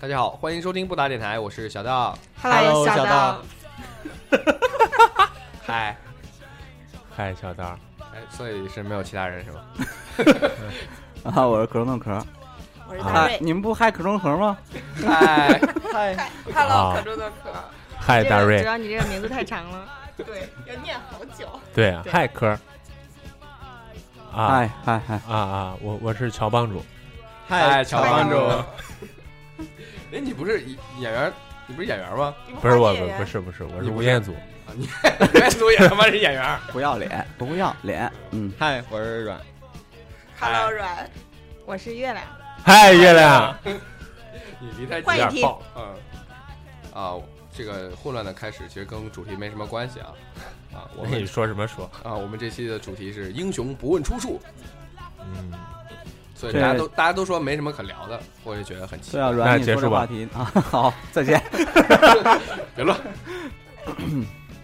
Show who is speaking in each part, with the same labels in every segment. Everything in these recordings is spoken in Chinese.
Speaker 1: 大家好，欢迎收听不打电台，我是小道。
Speaker 2: Hello，
Speaker 3: 小
Speaker 2: 小道，
Speaker 1: 嗨，
Speaker 3: 嗨，小道
Speaker 1: 哎，所以是没有其他人是吗？
Speaker 4: 啊，我是可中的壳。
Speaker 2: 我是大
Speaker 3: 啊
Speaker 4: 嗨，
Speaker 2: 瑞。
Speaker 4: 你们不嗨可中壳吗？
Speaker 1: 嗨，嗨，
Speaker 2: Hello，
Speaker 3: 啊
Speaker 2: 可中的可，
Speaker 3: 嗨，哎大
Speaker 5: 知
Speaker 3: 瑞，
Speaker 5: 道你这个名字太长了，
Speaker 2: 对，要念好久。
Speaker 3: 对啊，
Speaker 2: 对
Speaker 3: 嗨，科儿，啊
Speaker 4: 嗨嗨嗨，
Speaker 3: 啊啊，我我是乔帮主，
Speaker 1: 嗨，乔帮主
Speaker 2: 哎
Speaker 3: 乔。
Speaker 1: 哎，你不是演员？你不是演员吗？
Speaker 3: 不是我
Speaker 2: 你花店，
Speaker 3: 不是不是，我
Speaker 1: 你
Speaker 3: 是
Speaker 1: 不
Speaker 3: 吴
Speaker 1: 是
Speaker 3: 彦祖，
Speaker 1: 原来我也他妈是演员。
Speaker 4: 不要脸，不要脸，嗯，
Speaker 6: 嗨，我是阮。
Speaker 3: 哎
Speaker 2: Hello，阮，
Speaker 5: 我是月亮，
Speaker 3: 嗨，月亮，
Speaker 1: 你离太近
Speaker 5: 换一
Speaker 1: 点
Speaker 5: 题
Speaker 1: 儿爆。嗯。啊，这个混乱的开始其实跟主题没什么关系啊。啊，我
Speaker 3: 你
Speaker 1: 们
Speaker 3: 说什么说？
Speaker 1: 啊，我们这期的主题是英雄不问出处，
Speaker 3: 嗯，
Speaker 1: 所以大
Speaker 4: 对
Speaker 1: 家都大家都说没什么可聊的，我也觉得很奇
Speaker 4: 对
Speaker 1: 怪。
Speaker 4: 啊，软
Speaker 3: 那
Speaker 4: 你
Speaker 3: 结
Speaker 4: 说
Speaker 3: 束
Speaker 4: 这
Speaker 3: 吧
Speaker 4: 话题啊，好，再见。
Speaker 1: 别乱，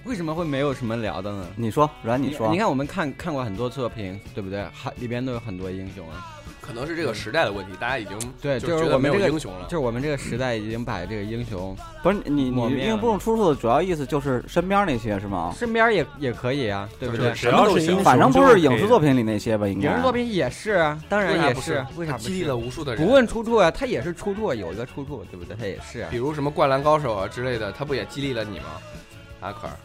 Speaker 6: 为什么会没有什么聊的呢？
Speaker 4: 你说软你说
Speaker 6: 你，看我们看看过很多作品，对不对？还里边都有很多英雄啊。
Speaker 1: 可能是这个时代的问题，大家已经
Speaker 6: 对
Speaker 1: 就
Speaker 6: 就是
Speaker 1: 觉得
Speaker 6: 我
Speaker 1: 没
Speaker 6: 们
Speaker 1: 有
Speaker 6: 这个
Speaker 1: 英雄了
Speaker 6: 就。是我们这个时代已经把这个英雄
Speaker 4: 不是你
Speaker 6: 抹
Speaker 4: 你
Speaker 6: 灭了
Speaker 4: 硬不用出处的主要意思就是身边那些是吗？
Speaker 6: 身边也也可以啊，对不
Speaker 1: 就是
Speaker 6: 对？
Speaker 1: 什么都
Speaker 3: 只要是英
Speaker 1: 行
Speaker 3: 雄，
Speaker 4: 反正不是影视作品里那些吧，应
Speaker 6: 影
Speaker 4: 该
Speaker 6: 视。作品也是啊，当
Speaker 1: 为啥
Speaker 6: 然也
Speaker 1: 不
Speaker 6: 是
Speaker 1: 是，，
Speaker 6: 为啥
Speaker 1: 它
Speaker 6: 不
Speaker 1: 激励
Speaker 6: 是
Speaker 1: 了无数的人。
Speaker 6: 不问出处啊，他也是出处，有一个出处，对不对？他也是啊
Speaker 1: 比。如什么《灌篮高手》啊之类的，他不也激励了你吗？阿可儿，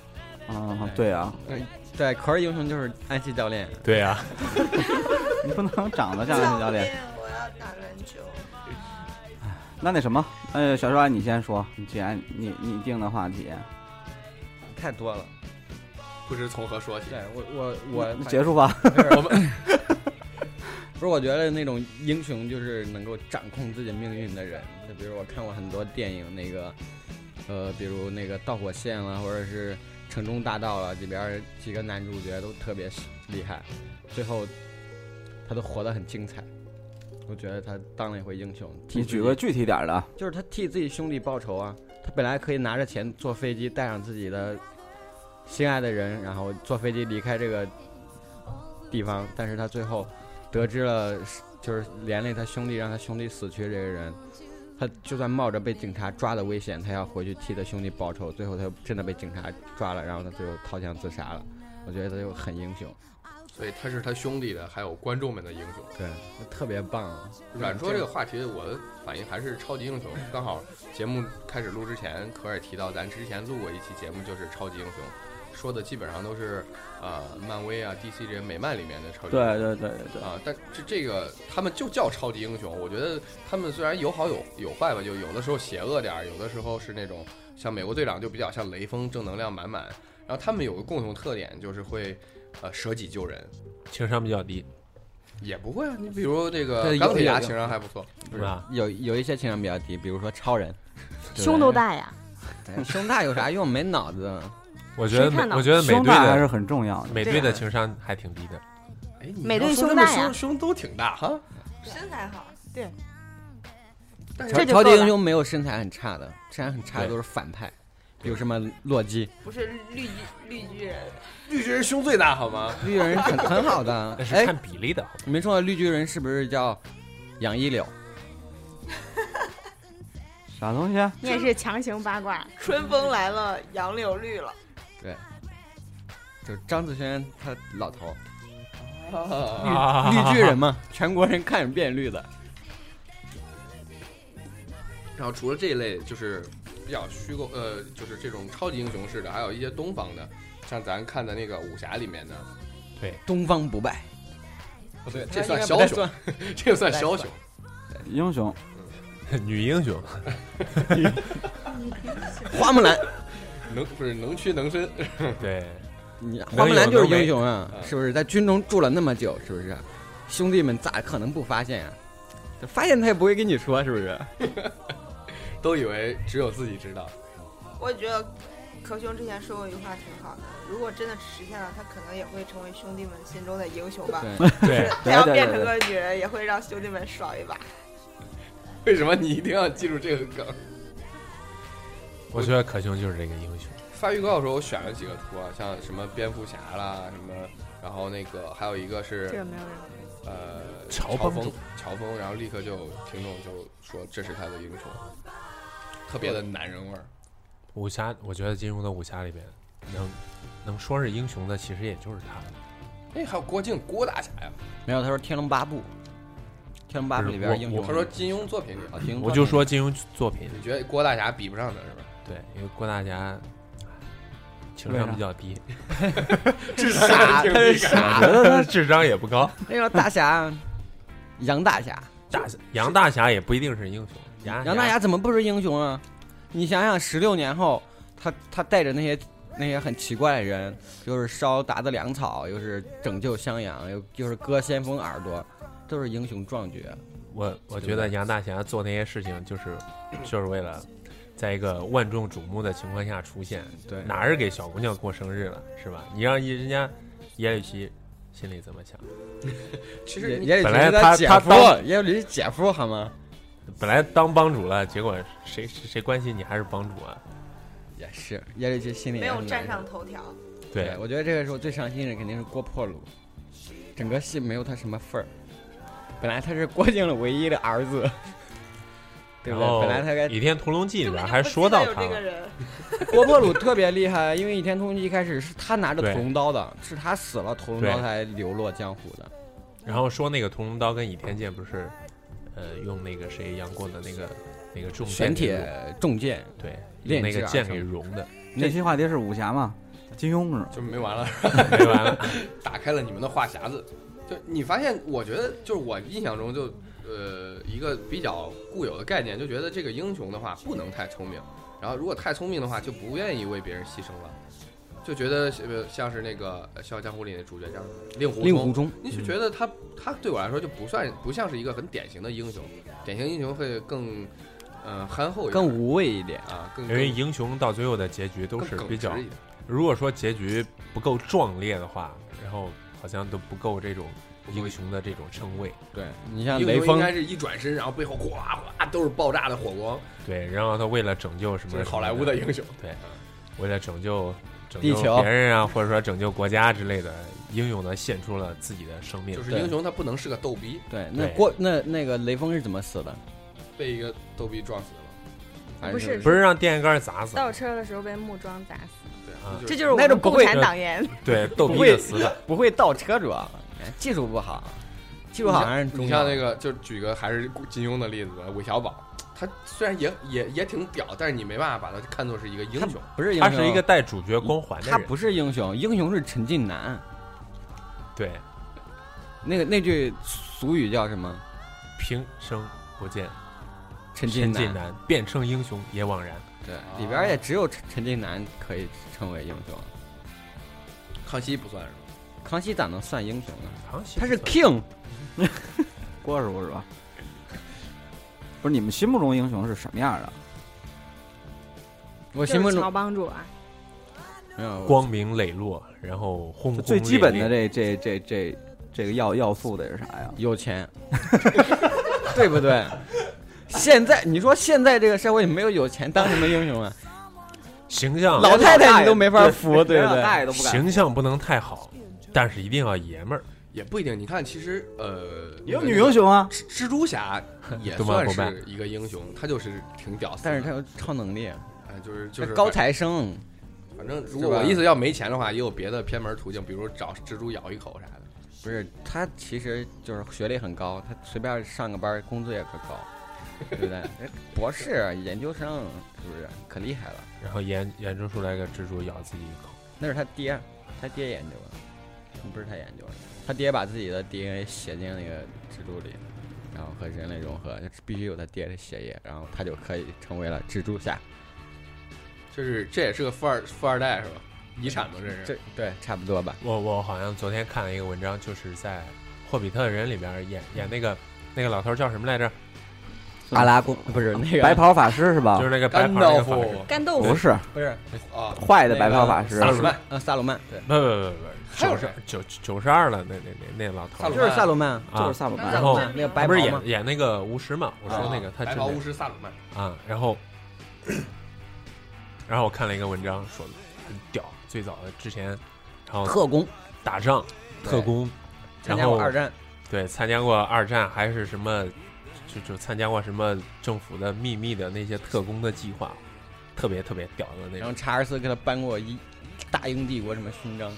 Speaker 4: 啊，对啊，
Speaker 6: 对，可是英雄就是安西教练，
Speaker 3: 对啊呀，
Speaker 4: 你不能长得像安教练。，
Speaker 2: 我要打篮球。
Speaker 4: 那那什么，呃，小帅，你先说，既然你你定的话题，
Speaker 6: 太多了。
Speaker 1: 不知从何说起。
Speaker 6: 对我我我
Speaker 4: 结束吧。
Speaker 1: 我们
Speaker 6: 不是，我觉得那种英雄就是能够掌控自己命运的人。就比如我看过很多电影，那个，呃，比如那个《导火线》啦，或者是《城中大盗》啊了，里边儿几个男主角都特别厉害，最后他都活得很精彩。我觉得他当了一回英雄。替
Speaker 4: 你
Speaker 6: 自
Speaker 4: 举
Speaker 6: 己
Speaker 4: 个具体点儿的，
Speaker 6: 就是他替自己兄弟报仇啊！他本来可以拿着钱坐飞机带上自己的心爱的人，然后坐飞机离开这个地方，但是他最后得知了，就是连累他兄弟让他兄弟死去这个人，他就算冒着被警察抓的危险，他也要回去替他兄弟报仇。最后他真的被警察抓了，然后他最后掏枪自杀了。我觉得他就很英雄，
Speaker 1: 所以他是他兄弟的，还有观众们的英雄。
Speaker 6: 对，特别棒。啊
Speaker 1: 软说这个话题，我的反应还是超级英雄。刚好节目开始录之前，可儿也提到，咱之前录过一期节目，就是超级英雄，说的基本上都是呃漫威啊、DC 这些美漫里面的超级英雄。
Speaker 4: 对对对对对，
Speaker 1: 啊，但这这个他们就叫超级英雄，我觉得他们虽然有好有有坏吧，就有的时候邪恶点儿，有的时候是那种像美国队长就比较像雷锋，正能量满满。然后他们有个共同特点，就是会呃舍己救人，
Speaker 3: 情商比较低，
Speaker 1: 也不会啊。你比如这个
Speaker 6: 对
Speaker 1: 钢铁
Speaker 6: 有
Speaker 1: 侠
Speaker 6: 有
Speaker 1: 情商还不错，
Speaker 6: 不
Speaker 3: 是吧？
Speaker 6: 有有一些情商比较低，比如说超人，
Speaker 5: 胸都大呀，
Speaker 6: 对哎胸大有啥用？没脑子。啊
Speaker 3: 我觉得
Speaker 5: 谁看
Speaker 3: 美
Speaker 5: 到
Speaker 3: 我觉得美
Speaker 4: 胸
Speaker 3: 队
Speaker 4: 大还是
Speaker 3: 的
Speaker 4: 很重要的。
Speaker 3: 美队的情商还挺低的，
Speaker 1: 哎，你
Speaker 5: 美
Speaker 1: 要
Speaker 5: 队
Speaker 1: 说
Speaker 5: 啊胸
Speaker 1: 他们
Speaker 5: 大呀
Speaker 1: 胸胸都挺大哈。
Speaker 2: 身材好，
Speaker 1: 但
Speaker 5: 这
Speaker 1: 是
Speaker 5: 就
Speaker 6: 超级
Speaker 5: 够了
Speaker 6: 英雄没有身材很差的，身材很差的都是反派，比如什么洛基，
Speaker 2: 不是绿巨绿巨人，
Speaker 1: 绿巨人胸最大好吗？
Speaker 6: 绿巨人很很好 的
Speaker 3: 那。是
Speaker 6: 哎，
Speaker 3: 看比例的，好吧？
Speaker 6: 你没说绿巨人是不是叫杨一柳？
Speaker 4: 啥东西啊？
Speaker 5: 你也是强行八卦，
Speaker 2: 春风来了，杨柳绿了。
Speaker 6: 就是张子萱他老头，
Speaker 1: 啊
Speaker 3: 啊
Speaker 6: 绿巨人嘛， 全国人看着变绿的。
Speaker 1: 然后除了这一类，就是比较虚构，呃，就是这种超级英雄式的，还有一些东方的，像咱看的那个武侠里面的，
Speaker 6: 东方不败，
Speaker 1: 不对，这
Speaker 6: 哦他应
Speaker 1: 算
Speaker 6: 该
Speaker 1: 枭雄。
Speaker 6: 不太算，
Speaker 1: 这个算枭雄，
Speaker 4: 英雄，
Speaker 3: 女英雄，
Speaker 6: 花 木兰，
Speaker 1: 能不是能屈能伸。
Speaker 3: 对，
Speaker 6: 你
Speaker 3: 有
Speaker 6: 花木兰就是
Speaker 3: 能为
Speaker 6: 英雄啊，
Speaker 1: 嗯
Speaker 6: 是不是？在军中住了那么久，是不是？兄弟们咋可能不发现啊？发现他也不会跟你说，是不是？
Speaker 1: 都以为只有自己知道。
Speaker 2: 我觉得可兄之前说过一句话挺好的，如果真的实现了，他可能也会成为兄弟们心中的英雄吧。
Speaker 6: 对。
Speaker 3: 对，
Speaker 2: 他要变成个女人，也会让兄弟们爽一把。
Speaker 1: 为什么你一定要记住这个梗？
Speaker 3: 我觉得可兄就是这个英雄，
Speaker 1: 发预告的时候，我选了几个图啊，像什么蝙蝠侠啦，什么，然后那个还有一个
Speaker 5: 这
Speaker 1: 是
Speaker 5: 个没有人。
Speaker 1: 呃
Speaker 3: 乔帮
Speaker 1: 峰
Speaker 3: 主，
Speaker 1: 乔峰，然后立刻就有听众就说这是他的英雄。特别的男人味儿。
Speaker 3: 武侠，我觉得金庸的武侠里边能能说是英雄的，其实也就是他。
Speaker 1: 哎，还有郭靖郭大侠呀，
Speaker 6: 没有，他说《天龙八部》，《天龙八部》里边
Speaker 3: 不是
Speaker 6: 英
Speaker 3: 我
Speaker 6: 雄，
Speaker 1: 他说金庸作品里，
Speaker 6: 啊，金庸
Speaker 3: 我
Speaker 6: 作
Speaker 3: 就
Speaker 6: 品
Speaker 3: 说金庸作品，
Speaker 1: 你觉得郭大侠比不上他 是吧？
Speaker 3: 对，因为郭大侠情
Speaker 4: 为
Speaker 3: 商
Speaker 4: 啥
Speaker 3: 比较低，
Speaker 1: 智商还挺低的
Speaker 6: 他是傻
Speaker 3: 我觉得他智商也不高。
Speaker 6: 那个大侠，杨大侠，
Speaker 3: 大侠杨大侠也不一定是英雄，杨
Speaker 6: 杨大
Speaker 3: 侠
Speaker 6: 侠怎么不是英雄啊？你想想，十六年后，他他带着那些那些很奇怪的人，又是烧鞑子粮草，又是拯救襄阳，又又是割先锋耳朵，都是英雄壮举。啊
Speaker 3: 我我觉得杨大侠做那些事情就是就是为了在一个万众瞩目的情况下出现，
Speaker 6: 对
Speaker 3: 哪是给小姑娘过生日了是吧？你让人家耶律齐心里怎么想？
Speaker 1: 其
Speaker 6: 也
Speaker 1: 实你
Speaker 6: 也得
Speaker 3: 本来
Speaker 6: 觉得
Speaker 3: 他
Speaker 6: 姐
Speaker 3: 他
Speaker 6: 夫
Speaker 3: 当，
Speaker 6: 也得是姐夫好吗？
Speaker 3: 本来当帮主了，结果谁谁谁关心你还是帮主啊？
Speaker 6: 也是，耶律齐心里
Speaker 2: 没
Speaker 6: 也
Speaker 2: 有
Speaker 6: 是
Speaker 2: 站
Speaker 6: 难
Speaker 2: 上
Speaker 6: 受。
Speaker 2: 头条。
Speaker 3: 对，
Speaker 6: 我觉得这个时候最伤心的肯定是郭破鲁，整个戏没有他什么份儿。本来他是郭靖的唯一的儿子，对
Speaker 3: 然
Speaker 6: 不对？
Speaker 3: 后
Speaker 6: 本来他
Speaker 3: 《
Speaker 6: 该
Speaker 3: 倚天屠龙记》里
Speaker 2: 根本
Speaker 3: 边
Speaker 2: 就
Speaker 3: 还
Speaker 2: 不
Speaker 3: 说
Speaker 2: 记得
Speaker 3: 到
Speaker 2: 有
Speaker 3: 他
Speaker 2: 这个
Speaker 3: 了，
Speaker 2: 人，
Speaker 6: 郭沫鲁特别厉害，因为《倚天屠龙记》一开始是他拿着屠
Speaker 3: 对
Speaker 6: 龙刀的，是他死了屠龙刀
Speaker 3: 对
Speaker 6: 才流落江湖的。
Speaker 3: 然后说那个屠龙刀跟倚天剑不是，呃，用那个谁杨过的那个那个重剑
Speaker 6: 玄
Speaker 3: 给
Speaker 6: 铁重剑，
Speaker 3: 融对，
Speaker 6: 炼
Speaker 3: 用那
Speaker 6: 制啊
Speaker 3: 个
Speaker 6: 而
Speaker 3: 剑
Speaker 6: 成
Speaker 3: 给融 的，
Speaker 4: 这期话题是武侠嘛？金庸是吧？
Speaker 1: 就没完了，
Speaker 3: 没完了。
Speaker 1: 打开了你们的话匣子。就你发现，我觉得就是我印象中就呃一个比较固有的概念，就觉得这个英雄的话不能太聪明，然后如果太聪明的话就不愿意为别人牺牲了，就觉得呃像是那个《笑傲江湖》里的主角叫什么令狐
Speaker 6: 令
Speaker 1: 冲
Speaker 6: 狐，冲，
Speaker 1: 你就觉得他他对我来说就不算不像是一个很典型的英雄，典型英雄会更呃憨厚一点
Speaker 6: 更无畏一点。
Speaker 1: 啊更
Speaker 3: 因为英雄到最后的结局都
Speaker 1: 更
Speaker 3: 是
Speaker 1: 耿
Speaker 3: 比较
Speaker 1: 直一，点
Speaker 3: 如果说结局不够壮烈的话，然后好像都不够这种英雄的这种称谓。
Speaker 6: 对你像
Speaker 1: 英
Speaker 6: 雷
Speaker 1: 雄应
Speaker 6: 锋，
Speaker 1: 该是一转身，然后背后哗哗都是爆炸的火光，
Speaker 3: 对，然后他为了拯救什
Speaker 1: 这
Speaker 3: 么
Speaker 1: 是好莱坞的
Speaker 3: 的，
Speaker 1: 英雄。
Speaker 3: 为了拯救拯
Speaker 6: 地
Speaker 3: 救
Speaker 6: 球
Speaker 3: 别人啊，或者说拯救国家之类的，英勇的献出了自己的生命
Speaker 1: 就。是
Speaker 6: 对
Speaker 1: 英雄他不能是个逗逼，
Speaker 6: 对那
Speaker 3: 对
Speaker 6: 郭那那个雷锋是怎么死的？
Speaker 1: 被一个逗逼撞死了。
Speaker 6: 还
Speaker 5: 不
Speaker 6: 是
Speaker 5: 是
Speaker 3: 不是让电线杆砸死，
Speaker 5: 倒车的时候被木桩砸死，
Speaker 1: 对
Speaker 3: 啊
Speaker 1: 就
Speaker 5: 这
Speaker 1: 是
Speaker 5: 就是我
Speaker 6: 那
Speaker 5: 们
Speaker 6: 种不
Speaker 5: 共
Speaker 6: 会
Speaker 5: 产党员。
Speaker 3: 对，逗
Speaker 6: 不
Speaker 3: 逼
Speaker 6: 会
Speaker 3: 的死法。
Speaker 6: 不会倒车，主要哎技术不好，技术好像是重
Speaker 1: 你
Speaker 6: 要
Speaker 1: 像那个，就举个还是金庸的例子吧，韦小宝，他虽然也也也挺屌，但是你没办法把他看作是一个英
Speaker 6: 他
Speaker 1: 雄。
Speaker 6: 不是英
Speaker 3: 他
Speaker 6: 雄，
Speaker 3: 是一个带主角光环的
Speaker 6: 他
Speaker 3: 人，
Speaker 6: 不是英雄，英雄是陈近南。
Speaker 3: 对，
Speaker 6: 那个那句俗语叫什么？
Speaker 3: 平生不见
Speaker 6: 陈
Speaker 3: 陈
Speaker 6: 近
Speaker 3: 近
Speaker 6: 南。哦
Speaker 3: 南，便称英雄也枉然。
Speaker 6: 对，里边也只有陈陈近南可以成为英雄。
Speaker 1: 康熙不算是吧？
Speaker 6: 康熙咋能算英雄呢？
Speaker 3: 康熙
Speaker 6: 他是
Speaker 3: 不错
Speaker 6: king，
Speaker 4: 郭师傅是吧？不是你们心目中英雄是什么样的？
Speaker 6: 我
Speaker 5: 就
Speaker 6: 心目
Speaker 5: 是
Speaker 6: 中
Speaker 5: 乔帮主啊，
Speaker 6: 没有
Speaker 3: 光明磊落，然后轰
Speaker 4: 就
Speaker 3: 轰
Speaker 4: 最基本
Speaker 3: 烈
Speaker 4: 的
Speaker 3: 烈
Speaker 4: 这这这这这个要要素得是啥呀？
Speaker 6: 有钱， 对不对？现在你说现在这个社会没有有钱当什么英雄啊？
Speaker 3: 形象
Speaker 6: 老太
Speaker 4: 大
Speaker 6: 太
Speaker 4: 爷
Speaker 6: 你都没法扶，
Speaker 4: 对
Speaker 6: 对不
Speaker 4: 大
Speaker 6: 对？
Speaker 4: 爷都不敢。
Speaker 3: 形象不能太好，但是一定要爷们儿。
Speaker 1: 也不一定。你看，其实呃，
Speaker 4: 也有女英雄啊，
Speaker 1: 蜘蜘蛛 侠也
Speaker 3: 东方
Speaker 1: 算
Speaker 3: 不败
Speaker 1: 是一个英雄，他就是挺屌丝的，
Speaker 6: 但是他有超能力，啊
Speaker 1: 哎就是就是
Speaker 6: 高材生，
Speaker 1: 反正如
Speaker 6: 对
Speaker 1: 果
Speaker 6: 吧
Speaker 1: 我意思要没钱的话，也有别的偏门途径，比如找蜘蛛咬一口啥的。
Speaker 6: 不是他其实就是学历很高，他随便上个班工资也可高，对 不对？博士、啊研究生是不是可厉害了？
Speaker 3: 然后研研究出来个蜘蛛咬自己一口，
Speaker 6: 那是他爹，他爹研究的，不是他研究的。他爹把自己的 DNA 写进那个蜘蛛里，然后和人类融合，必须有他爹的血液，然后他就可以成为了蜘蛛侠。
Speaker 1: 这是这也是个富二富二代是吧？遗产嘛，这是。
Speaker 6: 这对差不多吧？
Speaker 3: 我我好像昨天看了一个文章，就是在《霍比特人》里边演演那个那个老头叫什么来着？
Speaker 4: 嗯
Speaker 6: 阿拉贡不是那个
Speaker 4: 白袍法师是吧
Speaker 3: 就？是那个白
Speaker 1: 甘
Speaker 3: 袍那
Speaker 1: 道
Speaker 3: 个法师。
Speaker 1: 夫
Speaker 5: 干豆
Speaker 4: 不
Speaker 5: 腐，
Speaker 4: 是
Speaker 6: 不是
Speaker 1: 啊，
Speaker 4: 坏的白袍法师
Speaker 1: 萨，鲁曼，
Speaker 6: 呃萨鲁曼，
Speaker 3: 不不不不不，
Speaker 1: 还有
Speaker 3: 九
Speaker 1: 谁
Speaker 3: 十九九十二了，那那那那老头
Speaker 1: 萨
Speaker 3: 儿
Speaker 1: 鲁
Speaker 6: 就是萨鲁曼，
Speaker 3: 啊，
Speaker 4: 就是萨鲁曼
Speaker 3: 然。后
Speaker 6: 那个
Speaker 3: 他
Speaker 6: 白袍
Speaker 3: 不是
Speaker 6: 嘛
Speaker 3: 演演那个巫师嘛？我说
Speaker 1: 啊
Speaker 3: 那个他
Speaker 1: 白
Speaker 3: 真
Speaker 1: 袍巫
Speaker 3: 的
Speaker 1: 师萨鲁曼，
Speaker 3: 啊，然后然后我看了一个文章说很屌，最早的之前，然后
Speaker 6: 特工，
Speaker 3: 打仗
Speaker 6: 对
Speaker 3: 哦特工，
Speaker 6: 参
Speaker 3: 然
Speaker 6: 加过
Speaker 3: 后
Speaker 6: 二战，
Speaker 3: 对参加过二战还是什么就就参加过什么政府的秘密的那些特工的计划，特别特别屌的那
Speaker 6: 然后
Speaker 3: 种。
Speaker 6: 查尔斯给他颁过一大英帝国什么 勋章，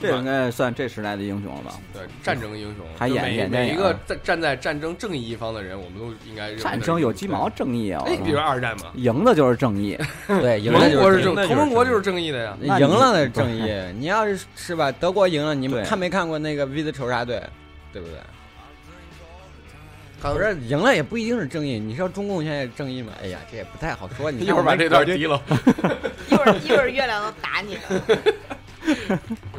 Speaker 4: 这应该算这时代的英雄了吧？
Speaker 1: 对战争英雄，
Speaker 4: 还
Speaker 1: 就
Speaker 4: 演
Speaker 1: 每
Speaker 4: 演电
Speaker 1: 每一
Speaker 4: 影
Speaker 1: 个
Speaker 4: 啊
Speaker 1: 站站在战争正义一方的人，我们都应该认为
Speaker 4: 战
Speaker 1: 他是
Speaker 4: 争有
Speaker 1: 正义
Speaker 4: 鸡
Speaker 1: 的
Speaker 4: 毛，正义啊！
Speaker 1: 哎，
Speaker 4: 我
Speaker 1: 比如
Speaker 4: 操
Speaker 1: 二战嘛，
Speaker 4: 赢的就是正义，
Speaker 6: 对，赢
Speaker 1: 盟
Speaker 3: 了就是
Speaker 1: 国
Speaker 3: 正
Speaker 1: 是
Speaker 3: 义
Speaker 1: 正，
Speaker 3: 那就是
Speaker 1: 同盟国
Speaker 3: 正
Speaker 1: 就
Speaker 3: 义
Speaker 1: 是正义的呀。
Speaker 4: 那
Speaker 6: 赢了的
Speaker 4: 你
Speaker 6: 正义。你要是是吧，德国赢了，你们
Speaker 4: 对
Speaker 6: 看没看过那个 V 字仇杀队，对不对？
Speaker 1: 刚
Speaker 6: 不是赢了也不一定是正义，你知道中共现在正义吗？哎呀，这也不太好说。你
Speaker 1: 一
Speaker 6: 看
Speaker 1: 会儿
Speaker 6: 我
Speaker 1: 把
Speaker 6: 们
Speaker 1: 这段
Speaker 6: 国军
Speaker 1: 低了。
Speaker 2: 一会儿一会儿月亮都 打你了。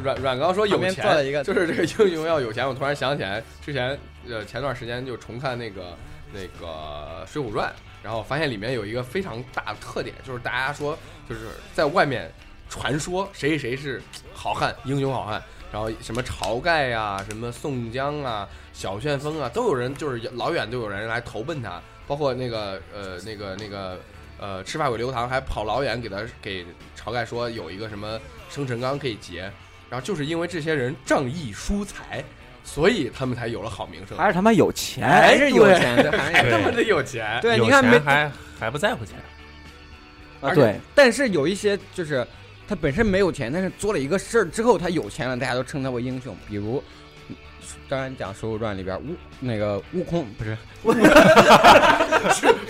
Speaker 1: 阮阮刚说有
Speaker 6: 旁边坐了一
Speaker 1: 钱，
Speaker 6: 个
Speaker 1: 就是这个英雄要有钱。我突然想起来，之前呃前段时间就重看那个那个《水浒传》，然后发现里面有一个非常大的特点，就是大家说就是在外面传说谁谁谁是好汉、英雄好汉，然后什么晁盖呀、什么宋江啊、小旋风啊，都有人就是老远都有人来投奔他，包括那个呃那个那个呃吃饭鬼刘唐还跑老远给他给晁盖说有一个什么生辰纲可以结，然后就是因为这些人仗义疏财，所以他们才有了好名声。
Speaker 4: 还是他妈有钱，啊
Speaker 6: 还是有钱的，还
Speaker 1: 还他
Speaker 6: 是有钱
Speaker 1: 妈的哎有钱，
Speaker 6: 对，
Speaker 3: 有
Speaker 6: 你看没
Speaker 3: 钱？还还不在乎钱，
Speaker 4: 啊！
Speaker 1: 而且
Speaker 4: 对，
Speaker 6: 但是有一些就是他本身没有钱，但是做了一个事儿之后，他有钱了，大家都称他为英雄。比如，当然讲《水浒传》里边悟那个悟空不是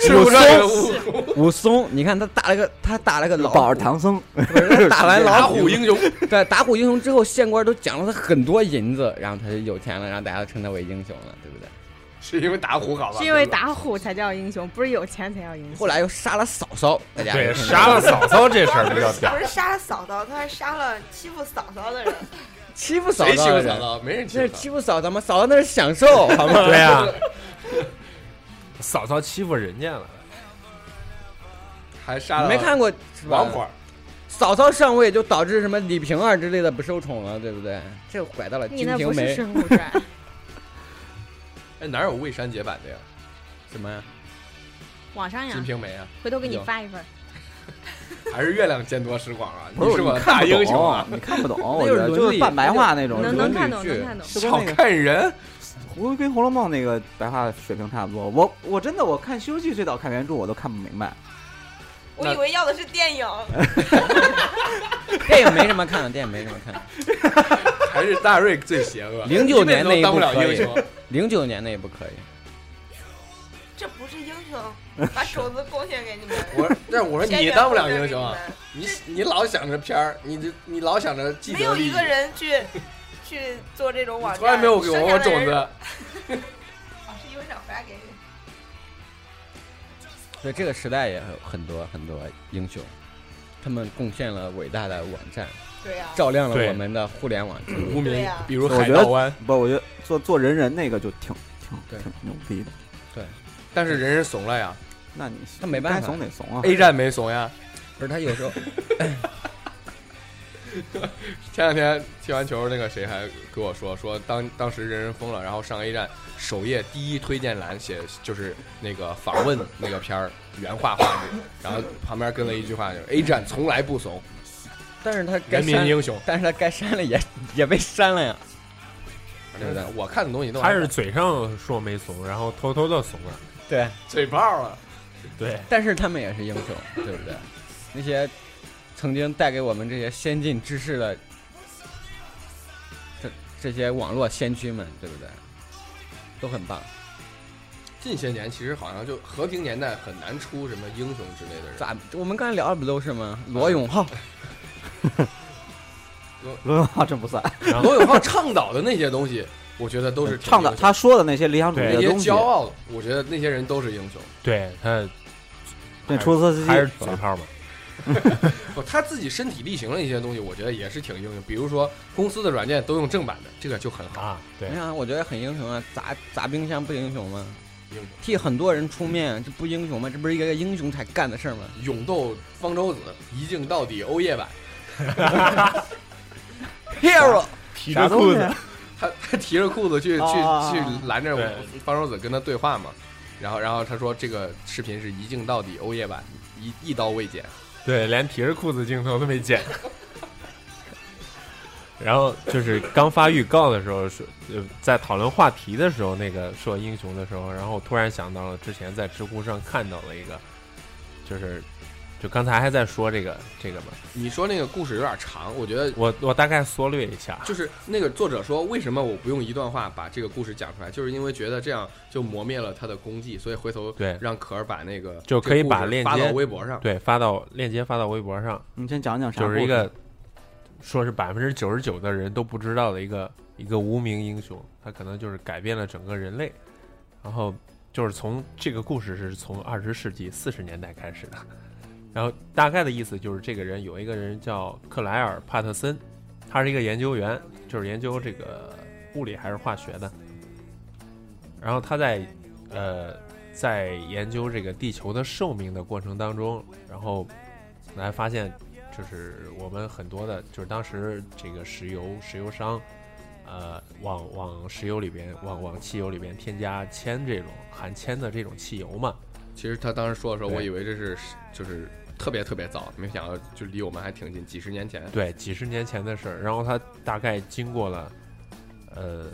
Speaker 1: 是不是这个悟空？
Speaker 6: 武松，你看他打了个他打了个老
Speaker 4: 保
Speaker 6: 虎
Speaker 4: 着，唐僧，
Speaker 6: 不是他 打完
Speaker 1: 打
Speaker 6: 老
Speaker 1: 虎英雄，
Speaker 6: 对打虎英雄之后，县官都奖了他很多银子，然后他就有钱了，然后大家都称他为英雄了，对不对？
Speaker 1: 是因为打虎好吧？
Speaker 5: 是因为打虎才叫英雄，不是有钱才叫英雄。
Speaker 6: 后来又杀了嫂嫂，大家
Speaker 3: 对，
Speaker 6: 就称他
Speaker 3: 杀了嫂嫂这事儿比较屌
Speaker 2: 不。是杀了嫂嫂，他还杀了欺负嫂嫂的人。
Speaker 6: 欺负嫂
Speaker 1: 谁欺
Speaker 6: 嫂的
Speaker 1: 负
Speaker 6: 人
Speaker 1: 嫂，啊嫂？没人欺
Speaker 6: 那
Speaker 1: 负
Speaker 6: 是
Speaker 1: 嫂嫂。
Speaker 6: 欺负嫂嫂吗？嫂嫂那是享受， 啊好吗？
Speaker 3: 对 呀、嫂嫂欺负人家了，
Speaker 1: 还杀
Speaker 6: 你
Speaker 1: 了
Speaker 6: 没看过是吧
Speaker 1: 王婆，
Speaker 6: 嫂嫂上位就导致什么李瓶儿之类的不受宠了，对不对？这拐到了
Speaker 5: 你
Speaker 6: 金
Speaker 5: 那不
Speaker 6: 瓶
Speaker 5: 是《
Speaker 6: 梅
Speaker 5: 水浒传》
Speaker 1: 哎，哪有未删节版的呀？
Speaker 6: 什么呀？
Speaker 5: 网上
Speaker 1: 《
Speaker 5: 呀
Speaker 1: 金，瓶梅》啊，
Speaker 5: 回头给你
Speaker 6: 有
Speaker 5: 发一份儿。
Speaker 1: 还是月亮见多识广啊？
Speaker 4: 不是
Speaker 1: 你是
Speaker 4: 我
Speaker 1: 我
Speaker 4: 看
Speaker 1: 大
Speaker 4: 不
Speaker 1: 英雄啊
Speaker 4: 懂，！你看不 懂，我觉
Speaker 6: 那就是
Speaker 4: 得
Speaker 6: 伦
Speaker 4: 就是
Speaker 6: 理
Speaker 4: 半白话那种，
Speaker 5: 能
Speaker 4: 就
Speaker 5: 能
Speaker 4: 跟
Speaker 5: 看懂，
Speaker 1: 剧
Speaker 5: 能看懂。
Speaker 4: 就跟
Speaker 1: 少
Speaker 4: 那个
Speaker 1: 看人，
Speaker 4: 胡跟《红楼梦》那个白话水平差不多。我我真的我看《西游记》最早看原著我都看不明白，
Speaker 2: 我以为要的是电影，
Speaker 6: 电影没什么看的，电影没什么看的。
Speaker 1: 还是大瑞最邪 恶。
Speaker 6: 09年那
Speaker 1: 一辈子
Speaker 6: 一
Speaker 1: 都当不
Speaker 6: 部
Speaker 1: 了
Speaker 6: 可以
Speaker 1: 英雄，
Speaker 6: 零九年那一部可以，
Speaker 2: 这不是英 雄，把肘子贡献给你们。
Speaker 1: 我但我说
Speaker 2: 偏
Speaker 1: 你
Speaker 2: 远
Speaker 1: 当不
Speaker 2: 贡
Speaker 1: 了
Speaker 2: 献
Speaker 1: 英
Speaker 2: 给
Speaker 1: 雄啊
Speaker 2: 你！们
Speaker 1: 你你老想着片儿，你就你老想着既
Speaker 2: 没
Speaker 1: 得
Speaker 2: 有
Speaker 1: 利
Speaker 2: 一
Speaker 1: 益，
Speaker 2: 个人去去做这种网站，
Speaker 1: 从来没有给我
Speaker 2: 剩
Speaker 1: 我
Speaker 2: 下的
Speaker 1: 种
Speaker 2: 人
Speaker 1: 子。
Speaker 2: 啊是因为想回来给你。
Speaker 6: 所以这个时代也有很多很多英雄，他们贡献了伟大的网站，
Speaker 2: 对呀、
Speaker 6: 照亮了
Speaker 3: 对
Speaker 6: 我们的互联网之路。
Speaker 1: 无
Speaker 2: 对
Speaker 1: 名
Speaker 2: 呀，
Speaker 1: 比如
Speaker 4: 我
Speaker 1: 海
Speaker 4: 觉得
Speaker 1: 盗湾，
Speaker 4: 不，我觉得做做人人那个就挺挺
Speaker 6: 对
Speaker 4: 挺牛逼的。
Speaker 1: 但是人人怂了呀
Speaker 4: 那你
Speaker 6: 那没办法
Speaker 4: 该怂得怂啊！
Speaker 1: ，A 站没怂呀。
Speaker 6: 不是他有 时候
Speaker 1: 前两天踢完球，那个谁还跟我说，说当当时人人疯了，然后上 A 站首页第一推荐栏写就是那个访问那个片儿原画画质，然后旁边跟了一句话，就是 A 站从来不怂，
Speaker 6: 但是他该
Speaker 1: 人民
Speaker 6: 删，
Speaker 1: 英雄，
Speaker 6: 但是他该删了也也被删了呀。
Speaker 1: 对不对？我看的东西都
Speaker 3: 他是嘴上说没怂，然后偷偷的怂了。
Speaker 6: 对，
Speaker 1: 嘴炮啊了，
Speaker 3: 对，
Speaker 6: 但是他们也是英雄，对不对？那些曾经带给我们这些先进知识的这这些网络先驱们，对不对？都很棒。
Speaker 1: 近些年其实好像就和平年代很难出什么英雄之类的 人。
Speaker 6: 咋？我们刚才聊的不都是吗？罗永浩，
Speaker 4: 罗永浩真不算，
Speaker 3: 然后
Speaker 1: 罗永浩倡导的那些东西，我觉得都是挺
Speaker 4: 倡导
Speaker 1: 英雄
Speaker 4: 他说的那些理想主义
Speaker 1: 那
Speaker 4: 的
Speaker 1: 些
Speaker 4: 东西
Speaker 1: 骄。傲的，我觉得那些人都是英雄。
Speaker 3: 对他
Speaker 4: 那出租车司机
Speaker 3: 还是嘴炮嘛，
Speaker 1: 不，他自己身体力行的一些东西，我觉得也是挺英雄。比如说公司的软件都用正版的，这个就很好。
Speaker 3: 啊，对
Speaker 6: 你，哎看，我觉得很英雄啊！砸砸冰箱不英雄吗？
Speaker 1: 英雄
Speaker 6: 替很多人出面，这不英雄吗？这不是一个英雄才干的事儿吗？
Speaker 1: 勇斗方舟子，一镜到底欧耶版。
Speaker 6: Hero，
Speaker 3: 提
Speaker 4: 啥东西，
Speaker 3: 啊
Speaker 1: 他 他提着裤子去去
Speaker 4: 啊
Speaker 1: 去拦着
Speaker 3: 对
Speaker 1: 方舟子跟他对话嘛，然后然后他说这个视频是一镜到底欧耶版，一一刀未剪。
Speaker 3: 对，连提着裤子镜头都没见。然后就是刚发预告的时候，是呃，在讨论话题的时候，那个说英雄的时候，然后我突然想到了之前在知乎上看到了一个，就是就刚才还在说这个这个嘛，
Speaker 1: 你说那个故事有点长，我觉得
Speaker 3: 我我大概缩略一下，
Speaker 1: 就是那个作者说，为什么我不用一段话把这个故事讲出来，就是因为觉得这样就磨灭了他的功绩，所以回头
Speaker 3: 对
Speaker 1: 让可儿把那个
Speaker 3: 就可以
Speaker 1: 这个
Speaker 3: 把
Speaker 1: 故事
Speaker 3: 链
Speaker 1: 发到
Speaker 3: 接
Speaker 1: 微博上。
Speaker 3: 对，发到链接发到微博上，
Speaker 4: 你先讲讲啥？
Speaker 3: 就是一个说是百分之九十九的人都不知道的一个一个无名英雄，他可能就是改变了整个人类。然后就是从这个故事是从二十世纪四十年代开始的， 然后大概的意思就是这个人有一个人叫克莱尔·帕特森，他是一个研究员，就是研究这个物理还是化学的。然后他在呃在研究这个地球的寿命的过程当中，然后来发现就是我们很多的，就是当时这个石油石油商，呃，往往石油里边，往往汽油里边添加铅这种含铅的这种汽油嘛，
Speaker 1: 其实他当时说的时候，
Speaker 3: 对
Speaker 1: 我以为这是就是特别特别早，没想到就离我们还挺近，几十年前。
Speaker 3: 对，几十年前的事儿。然后他大概经过了，呃，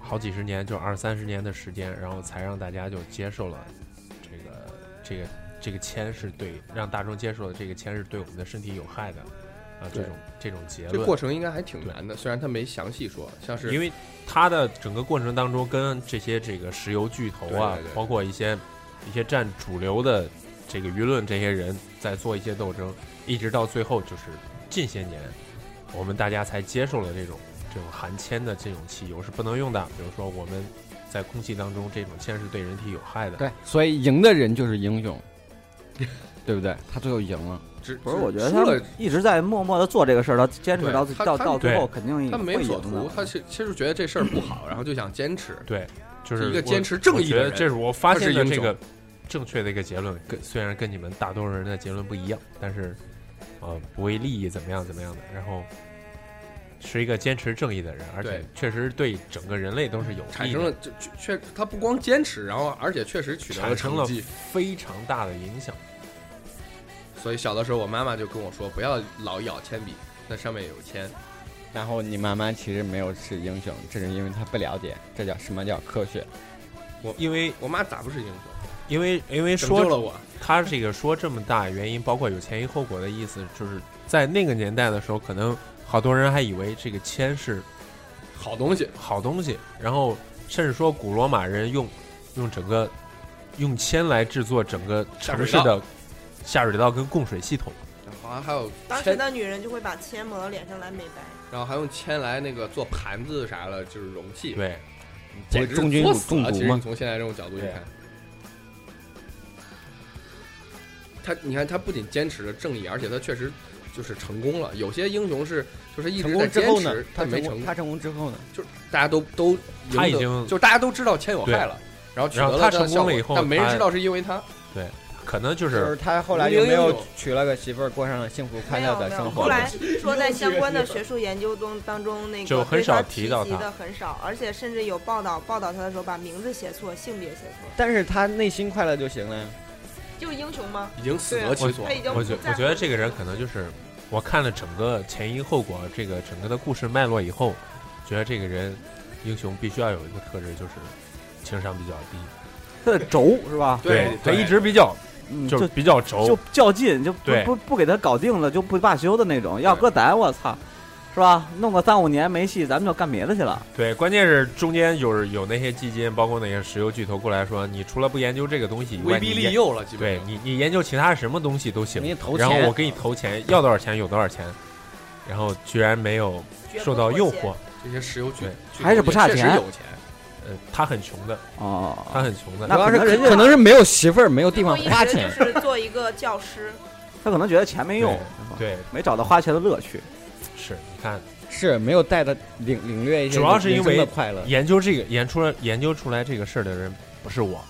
Speaker 3: 好几十年，就二三十年的时间，然后才让大家就接受了这个这个这个铅是对让大众接受了这个铅是对我们的身体有害的，啊、这
Speaker 1: 对
Speaker 3: 种这种结
Speaker 1: 这
Speaker 3: 论。
Speaker 1: 过程应该还挺
Speaker 3: 对
Speaker 1: 难的，虽然他没详细说，像是
Speaker 3: 因为它的整个过程当中，跟这些这个石油巨头啊，
Speaker 1: 对对对
Speaker 3: 包括一些一些占主流的这个舆论这些人在做一些斗争，一直到最后就是近些年，我们大家才接受了这种这种含铅的这种汽油是不能用的，比如说我们在空气当中这种铅是对人体有害的。
Speaker 6: 对，所以赢的人就是英 雄，对不对？他最后赢了，
Speaker 1: 只
Speaker 4: 不是，
Speaker 1: 只
Speaker 4: 我觉得
Speaker 1: 输
Speaker 4: 他
Speaker 1: 了
Speaker 4: 们一直在默默的做这个事儿，到坚持
Speaker 1: 对
Speaker 4: 到
Speaker 1: 他
Speaker 4: 到
Speaker 1: 他
Speaker 4: 到最
Speaker 3: 对
Speaker 4: 后，肯定也
Speaker 1: 他没
Speaker 4: 会
Speaker 1: 所
Speaker 4: 赢的
Speaker 1: 图，他其其实觉得这事儿不好，然后就想坚持。
Speaker 3: 对，就是是
Speaker 1: 一个
Speaker 3: 我
Speaker 1: 坚持正义的
Speaker 3: 我觉
Speaker 1: 人
Speaker 3: 得这是我发
Speaker 1: 他是
Speaker 3: 现的
Speaker 1: 英
Speaker 3: 这
Speaker 1: 雄
Speaker 3: 个正确的一个结论，跟虽然跟你们大多数人的结论不一样，但是呃，不为利益怎么样怎么样的，然后是一个坚持正义的人，而且
Speaker 1: 对
Speaker 3: 确实对整个人类都是有
Speaker 1: 产
Speaker 3: 益
Speaker 1: 生
Speaker 3: 的
Speaker 1: 了就就确，他不光坚持，然后而且确实取得了
Speaker 3: 产生
Speaker 1: 成
Speaker 3: 了
Speaker 1: 绩。
Speaker 3: 非常大的影响。
Speaker 1: 所以小的时候，我妈妈就跟我说，不要老咬铅笔，那上面有铅。
Speaker 6: 然后你慢慢其实没有是英雄，这是因为他不了解这叫什么叫科学。
Speaker 3: 因为
Speaker 1: 我妈咋不是英雄？
Speaker 3: 因为因为
Speaker 1: 拯
Speaker 3: 说
Speaker 1: 救了我。
Speaker 3: 他这个说这么大原因，包括有前因后果的意思，就是在那个年代的时候，可能好多人还以为这个铅是
Speaker 1: 好东西，
Speaker 3: 好东西，然后甚至说古罗马人用用整个用铅来制作整个城市的下水道跟供水系统，
Speaker 1: 好像还有
Speaker 2: 当时
Speaker 1: 铅，
Speaker 2: 的女人就会把铅抹到脸上来美白，
Speaker 1: 然后还用铅来那个做盘子啥的，就是容器。，
Speaker 3: 对，
Speaker 6: 这重金属中毒
Speaker 1: 其实
Speaker 6: 吗
Speaker 1: 你从现在这种角度去
Speaker 3: 对
Speaker 1: 看，他你看他不仅坚持了正义，而且他确实就是成功了。有些英雄是就是一
Speaker 6: 成
Speaker 1: 直在
Speaker 6: 功之
Speaker 1: 坚
Speaker 6: 后呢
Speaker 1: 持，，
Speaker 6: 他
Speaker 1: 但没
Speaker 6: 成功，
Speaker 1: 成功，
Speaker 6: 他成功之后呢，
Speaker 1: 就是大家都都赢
Speaker 3: 他
Speaker 1: 得
Speaker 3: 已经
Speaker 1: 就是大家都知道铅有害了，然后取得
Speaker 3: 然
Speaker 1: 了
Speaker 3: 后他
Speaker 1: 这样的
Speaker 3: 成功了
Speaker 1: 效
Speaker 3: 以
Speaker 1: 果
Speaker 3: 后
Speaker 1: 但没人
Speaker 3: 他
Speaker 1: 知道是因为他。
Speaker 3: 可能就
Speaker 6: 就是
Speaker 3: 是
Speaker 6: 他后来有没有娶了个媳妇儿，过上了幸福快
Speaker 2: 没
Speaker 6: 乐
Speaker 2: 有
Speaker 6: 的
Speaker 2: 没有。
Speaker 6: 生
Speaker 2: 后
Speaker 6: 活？
Speaker 2: 来说在相关的学术研究中当中，那个
Speaker 3: 就很
Speaker 2: 对他
Speaker 3: 少提到
Speaker 2: 提
Speaker 3: 他
Speaker 2: 及的很少，而且甚至有报道报道他的时候把名字写错，性别写错，
Speaker 6: 但是他内心快乐就行了呀。
Speaker 2: 就是英雄吗？
Speaker 1: 已经死得其所
Speaker 2: 他。已经
Speaker 3: 我
Speaker 2: 不
Speaker 3: 觉
Speaker 2: 在
Speaker 3: 我
Speaker 2: 乎
Speaker 3: 觉得这个人可能就是我看了整个前因后果这个整个的故事脉络以后，觉得这个人英雄必须要有一个特质，就是情商比较低，
Speaker 4: 他的轴是吧？
Speaker 1: 对
Speaker 3: 他一直比较
Speaker 4: 嗯，
Speaker 3: 就是
Speaker 4: 就
Speaker 3: 比较轴，
Speaker 4: 就较劲，就不
Speaker 3: 哦对
Speaker 4: 不不给他搞定了，就不罢休的那种。要
Speaker 1: 对
Speaker 4: 搁咱，我操，是吧？弄个三五年没戏，咱们就干别的去了。
Speaker 3: 对，关键是中间有有那些基金，包括那些石油巨头过来说，你除了不研究这个东西以
Speaker 1: 威
Speaker 3: 外，你
Speaker 1: 逼
Speaker 3: 研
Speaker 1: 利诱了，基本
Speaker 3: 对
Speaker 1: 上。
Speaker 3: 你，你研究其他什么东西都
Speaker 6: 你
Speaker 3: 行，
Speaker 6: 投钱，
Speaker 3: 然后我给你投钱，要多少钱有多少钱，然后居然没有
Speaker 2: 绝不
Speaker 3: 受到
Speaker 2: 妥
Speaker 3: 诱
Speaker 2: 协
Speaker 3: 惑，
Speaker 1: 这些石油巨
Speaker 3: 对
Speaker 1: 巨
Speaker 4: 还是不
Speaker 1: 头
Speaker 4: 差
Speaker 1: 也确实
Speaker 4: 钱
Speaker 1: 有钱，
Speaker 3: 呃，他很穷的，
Speaker 6: 啊
Speaker 4: 哦，
Speaker 3: 他很穷的，
Speaker 4: 那
Speaker 6: 主
Speaker 4: 可能
Speaker 6: 要是
Speaker 4: 人家
Speaker 6: 可能是没有媳妇儿，没有地
Speaker 2: 最后
Speaker 6: 方
Speaker 2: 一
Speaker 6: 花
Speaker 2: 直
Speaker 6: 钱。
Speaker 2: 就是做一个教师，
Speaker 4: 他可能觉得钱没用，是吧
Speaker 3: 对，
Speaker 4: 没找到花钱的乐趣。
Speaker 3: 是你看
Speaker 6: 是没有带他领领略一些
Speaker 3: 主要是因为
Speaker 6: 人生的快乐。
Speaker 3: 研究这个研出了研究出来这个事儿的人不是我，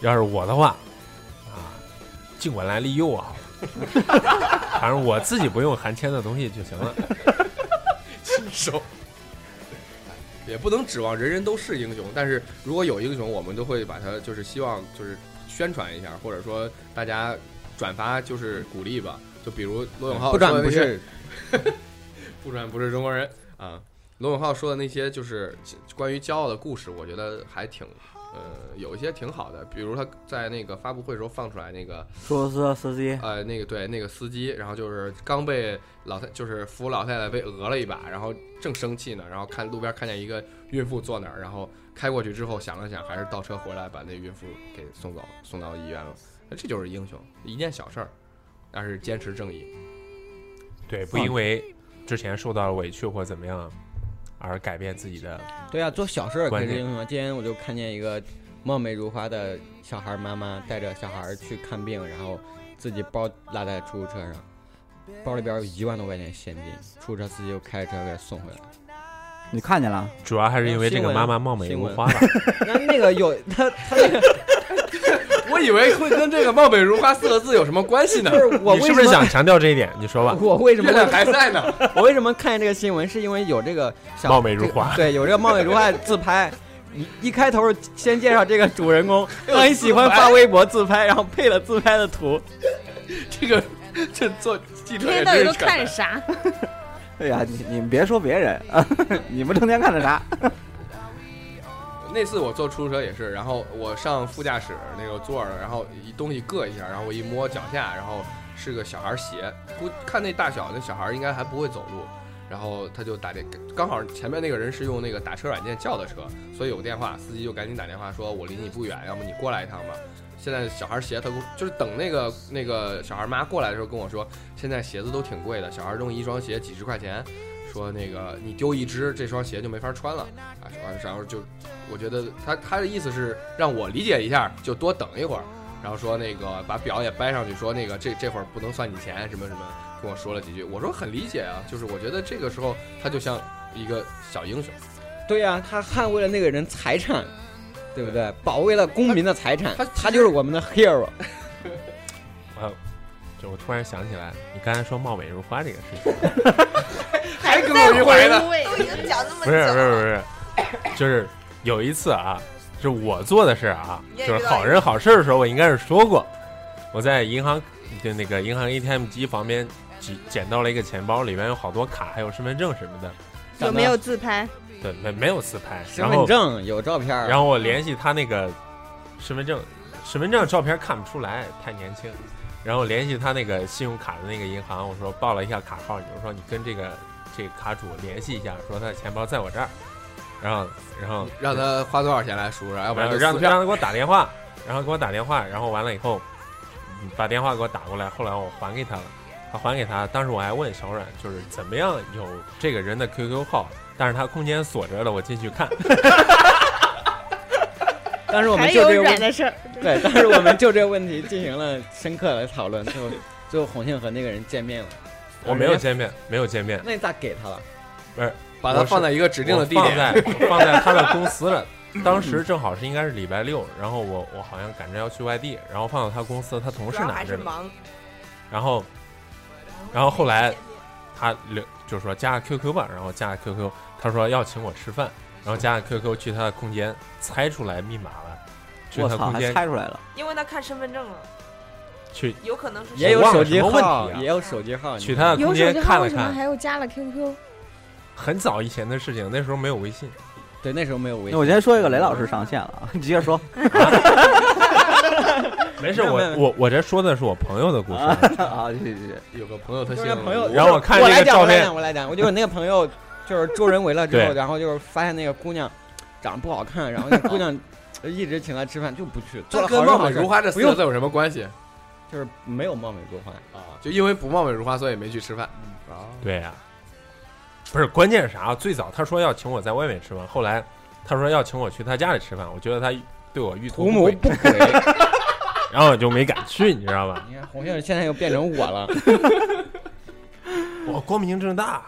Speaker 3: 要是我的话，啊，尽管来利诱啊， 反正我自己不用含铅的东西就行了。
Speaker 1: 手。也不能指望人人都是英雄，但是如果有英雄，我们都会把他就是希望就是宣传一下，或者说大家转发就是鼓励吧。就比如罗永浩说
Speaker 6: 不转
Speaker 1: 的
Speaker 6: 不
Speaker 1: 那些，
Speaker 6: 是
Speaker 1: 不然不是中国人啊。罗永浩说的那些就是关于骄傲的故事，我觉得还挺，呃，有一些挺好的。比如他在那个发布会时候放出来那个，
Speaker 4: 出租车司机，
Speaker 1: 呃，那个对那个司机，然后就是刚被老太，就是扶老太太被讹了一把，然后正生气呢，然后看路边看见一个孕妇坐那儿，然后开过去之后想了想，还是倒车回来把那孕妇给送走，送到医院了。那这就是英雄，一件小事儿，但是坚持正义。
Speaker 3: 对，不因为之前受到了委屈或怎么样而改变自己的，
Speaker 6: 对啊，做小事儿可
Speaker 3: 关
Speaker 6: 是
Speaker 3: 键
Speaker 6: 英雄啊。今天我就看见一个貌美如花的小孩妈妈带着小孩儿去看病，然后自己包落在出租车上，包里边有一万多块钱现金，出租车司机又开着车给她送回来。
Speaker 4: 你看见 了？
Speaker 3: 主要还是因为这
Speaker 6: 新
Speaker 3: 个
Speaker 6: 闻
Speaker 3: 妈妈貌美
Speaker 6: 新
Speaker 3: 如
Speaker 6: 闻
Speaker 3: 花吧。
Speaker 6: 那那个有他他 那个
Speaker 1: 我以为会跟这个“貌美如花”四个字有什么关系呢
Speaker 6: 不？是我
Speaker 3: 你是
Speaker 6: 为什
Speaker 3: 不
Speaker 6: 么
Speaker 3: 是想强调这一点？你说吧。
Speaker 6: 我为 什么
Speaker 1: 月
Speaker 6: 会
Speaker 1: 亮还在呢，
Speaker 6: 我为什么看见这个新闻，是因为有这个小
Speaker 3: 貌美如花
Speaker 6: 这对，有这个貌美如花的自拍。一一开头先介绍这个主 人公，
Speaker 3: 哎
Speaker 6: 让你喜欢发微博自拍，然后配了自拍的图。
Speaker 1: 这个这做记
Speaker 5: 一
Speaker 1: 者也
Speaker 5: 天到
Speaker 1: 真是
Speaker 5: 晚都
Speaker 1: 扯
Speaker 5: 看啥？
Speaker 4: 对哎呀、你你们别说别人， 你们成天看着啥？
Speaker 1: 那次我坐出租车也是，然后我上副驾驶那个座儿了，然后一东西硌一下，然后我一摸脚下，然后是个小孩鞋，估看那大小，那小孩应该还不会走路。然后他就打电，刚好前面那个人是用那个打车软件叫的车，所以有个电话，司机就赶紧打电话说：“我离你不远，要不你过来一趟吧。”现在小孩鞋，他不就是等那个那个小孩妈过来的时候跟我说，现在鞋子都挺贵的，小孩用一双鞋几十块钱，说那个你丢一只，这双鞋就没法穿了啊，然后就我觉得他他的意思是让我理解一下，就多等一会儿，然后说那个把表也掰上去，说那个这这会儿不能算你钱什么什么，跟我说了几句，我说很理解啊，就是我觉得这个时候他就像一个小英雄，
Speaker 6: 对呀、他捍卫了那个人财产，对不对？保卫了公民的财产，
Speaker 1: 他
Speaker 6: 他
Speaker 1: 他
Speaker 6: 就是我们的 hero。
Speaker 3: 就我突然想起来，你刚才说貌美如花这个事情，
Speaker 1: 还跟
Speaker 5: 再
Speaker 1: 我一回呢，
Speaker 5: 回味
Speaker 2: 都已经讲那么
Speaker 3: 不
Speaker 2: 久
Speaker 3: 是不是不
Speaker 2: 了，
Speaker 3: 是，就是有一次啊，是我做的事儿啊，
Speaker 2: 你也
Speaker 3: 就是
Speaker 2: 知道
Speaker 3: 好人好事儿的时候，我应该是说过，我在银行就那个银行 ATM 机旁边捡捡到了一个钱包，里面有好多卡，还有身份证什么的，
Speaker 5: 有没有自拍？
Speaker 3: 对，没没有自拍，
Speaker 6: 身
Speaker 3: 然
Speaker 6: 份
Speaker 3: 后
Speaker 6: 证有照片，
Speaker 3: 然后
Speaker 1: 嗯
Speaker 3: 我联系他那个身份证，身份证照片看不出来，太年轻。然后联系他那个信用卡的那个银行，我说报了一下卡号，你就说你跟这个这个卡主联系一下，说他的钱包在我这儿。然后，然后
Speaker 1: 让他花多少钱来赎，然后要不然
Speaker 3: 然
Speaker 1: 就撕
Speaker 3: 后嗯让
Speaker 1: 票。
Speaker 3: 让他给我打电话，然后给我打电话，然后完了以后，嗯把电话给我打过来，后来我还给他了，他还给他，当时我还问小阮，就是怎么样有这个人的 QQ 号，但是他空间锁着了，我进去看，
Speaker 6: 当时我们
Speaker 5: 还
Speaker 6: 就
Speaker 5: 有
Speaker 6: 这个问
Speaker 5: 软的事儿，
Speaker 6: 对，当时我们就这个问题进行了深刻的讨 论，最后最后洪庆和那个人见面了。
Speaker 3: 我没有见面，没有见面，
Speaker 6: 那你咋给他了？
Speaker 1: 把它放在一个指定的地点，
Speaker 3: 我放在放在他的 公司了。当时正好是应该是礼拜六，然后我我好像赶着要去外地，然后放到他公司，他同
Speaker 2: 主
Speaker 3: 事
Speaker 2: 要
Speaker 3: 拿
Speaker 2: 还
Speaker 3: 着
Speaker 2: 是
Speaker 3: 呢。
Speaker 2: 忙。
Speaker 3: 然后，然后后来他留就说加个 QQ 吧，然后加个 QQ，他说要请我吃饭，然后加个 QQ 去他的空间，猜出来密码了，去
Speaker 4: 我
Speaker 3: 他
Speaker 4: 操，
Speaker 3: 空
Speaker 4: 还
Speaker 3: 间
Speaker 4: 猜出来了，
Speaker 2: 因为他看身份证了，
Speaker 3: 去
Speaker 2: 有可能是
Speaker 6: 也有
Speaker 3: 忘
Speaker 6: 手
Speaker 3: 了
Speaker 6: 机
Speaker 3: 什么问
Speaker 6: 号，
Speaker 3: 题啊
Speaker 6: 也有手机号。
Speaker 3: 去他的空
Speaker 5: 有手
Speaker 3: 间
Speaker 5: 机
Speaker 3: 看了
Speaker 5: 号为什么
Speaker 3: 看，
Speaker 5: 还要加了 QQ？
Speaker 3: 很早以前的事情，那时候没有微信。
Speaker 6: 对那时候没有微
Speaker 4: 那
Speaker 6: 信，
Speaker 4: 我先说一个雷老师上线了 啊，你接着说。
Speaker 3: 没事，
Speaker 6: 没有
Speaker 3: 我
Speaker 6: 没有
Speaker 3: 我我这说的是我朋友的故事。
Speaker 4: 啊，去去去，
Speaker 1: 有个朋友他
Speaker 6: 就
Speaker 1: 姓
Speaker 6: 是那朋友，
Speaker 1: 吴
Speaker 3: 然后我看这
Speaker 6: 来
Speaker 3: 个
Speaker 6: 讲，
Speaker 3: 照
Speaker 6: 我来
Speaker 3: 片
Speaker 6: 讲，，我来讲，我就有那个朋友就是周人围了之后，
Speaker 3: 对
Speaker 6: 然后就是发现那个姑娘长得不好看，然后那姑娘一直请他吃饭就不去，
Speaker 1: 这
Speaker 6: 做了
Speaker 1: 跟
Speaker 6: 好
Speaker 1: 貌
Speaker 6: 多
Speaker 1: 美
Speaker 6: 好
Speaker 1: 如
Speaker 6: 事，
Speaker 1: 花这四个
Speaker 6: 不用
Speaker 1: 字有什么关系
Speaker 6: 就是没有貌美如花。
Speaker 1: 啊？就因为不貌美如花，所以没去吃饭。
Speaker 6: 嗯
Speaker 1: 啊，
Speaker 3: 对呀、不是关键是啥？最早他说要请我在外面吃饭，后来他说要请我去他家里吃饭，我觉得他对我欲图
Speaker 6: 图
Speaker 3: 不
Speaker 6: 谋
Speaker 3: 轨，
Speaker 6: 不轨，
Speaker 3: 然后我就没敢去，你知道吧？
Speaker 6: 你看红杏儿现在又变成我了，
Speaker 3: 我光明正大，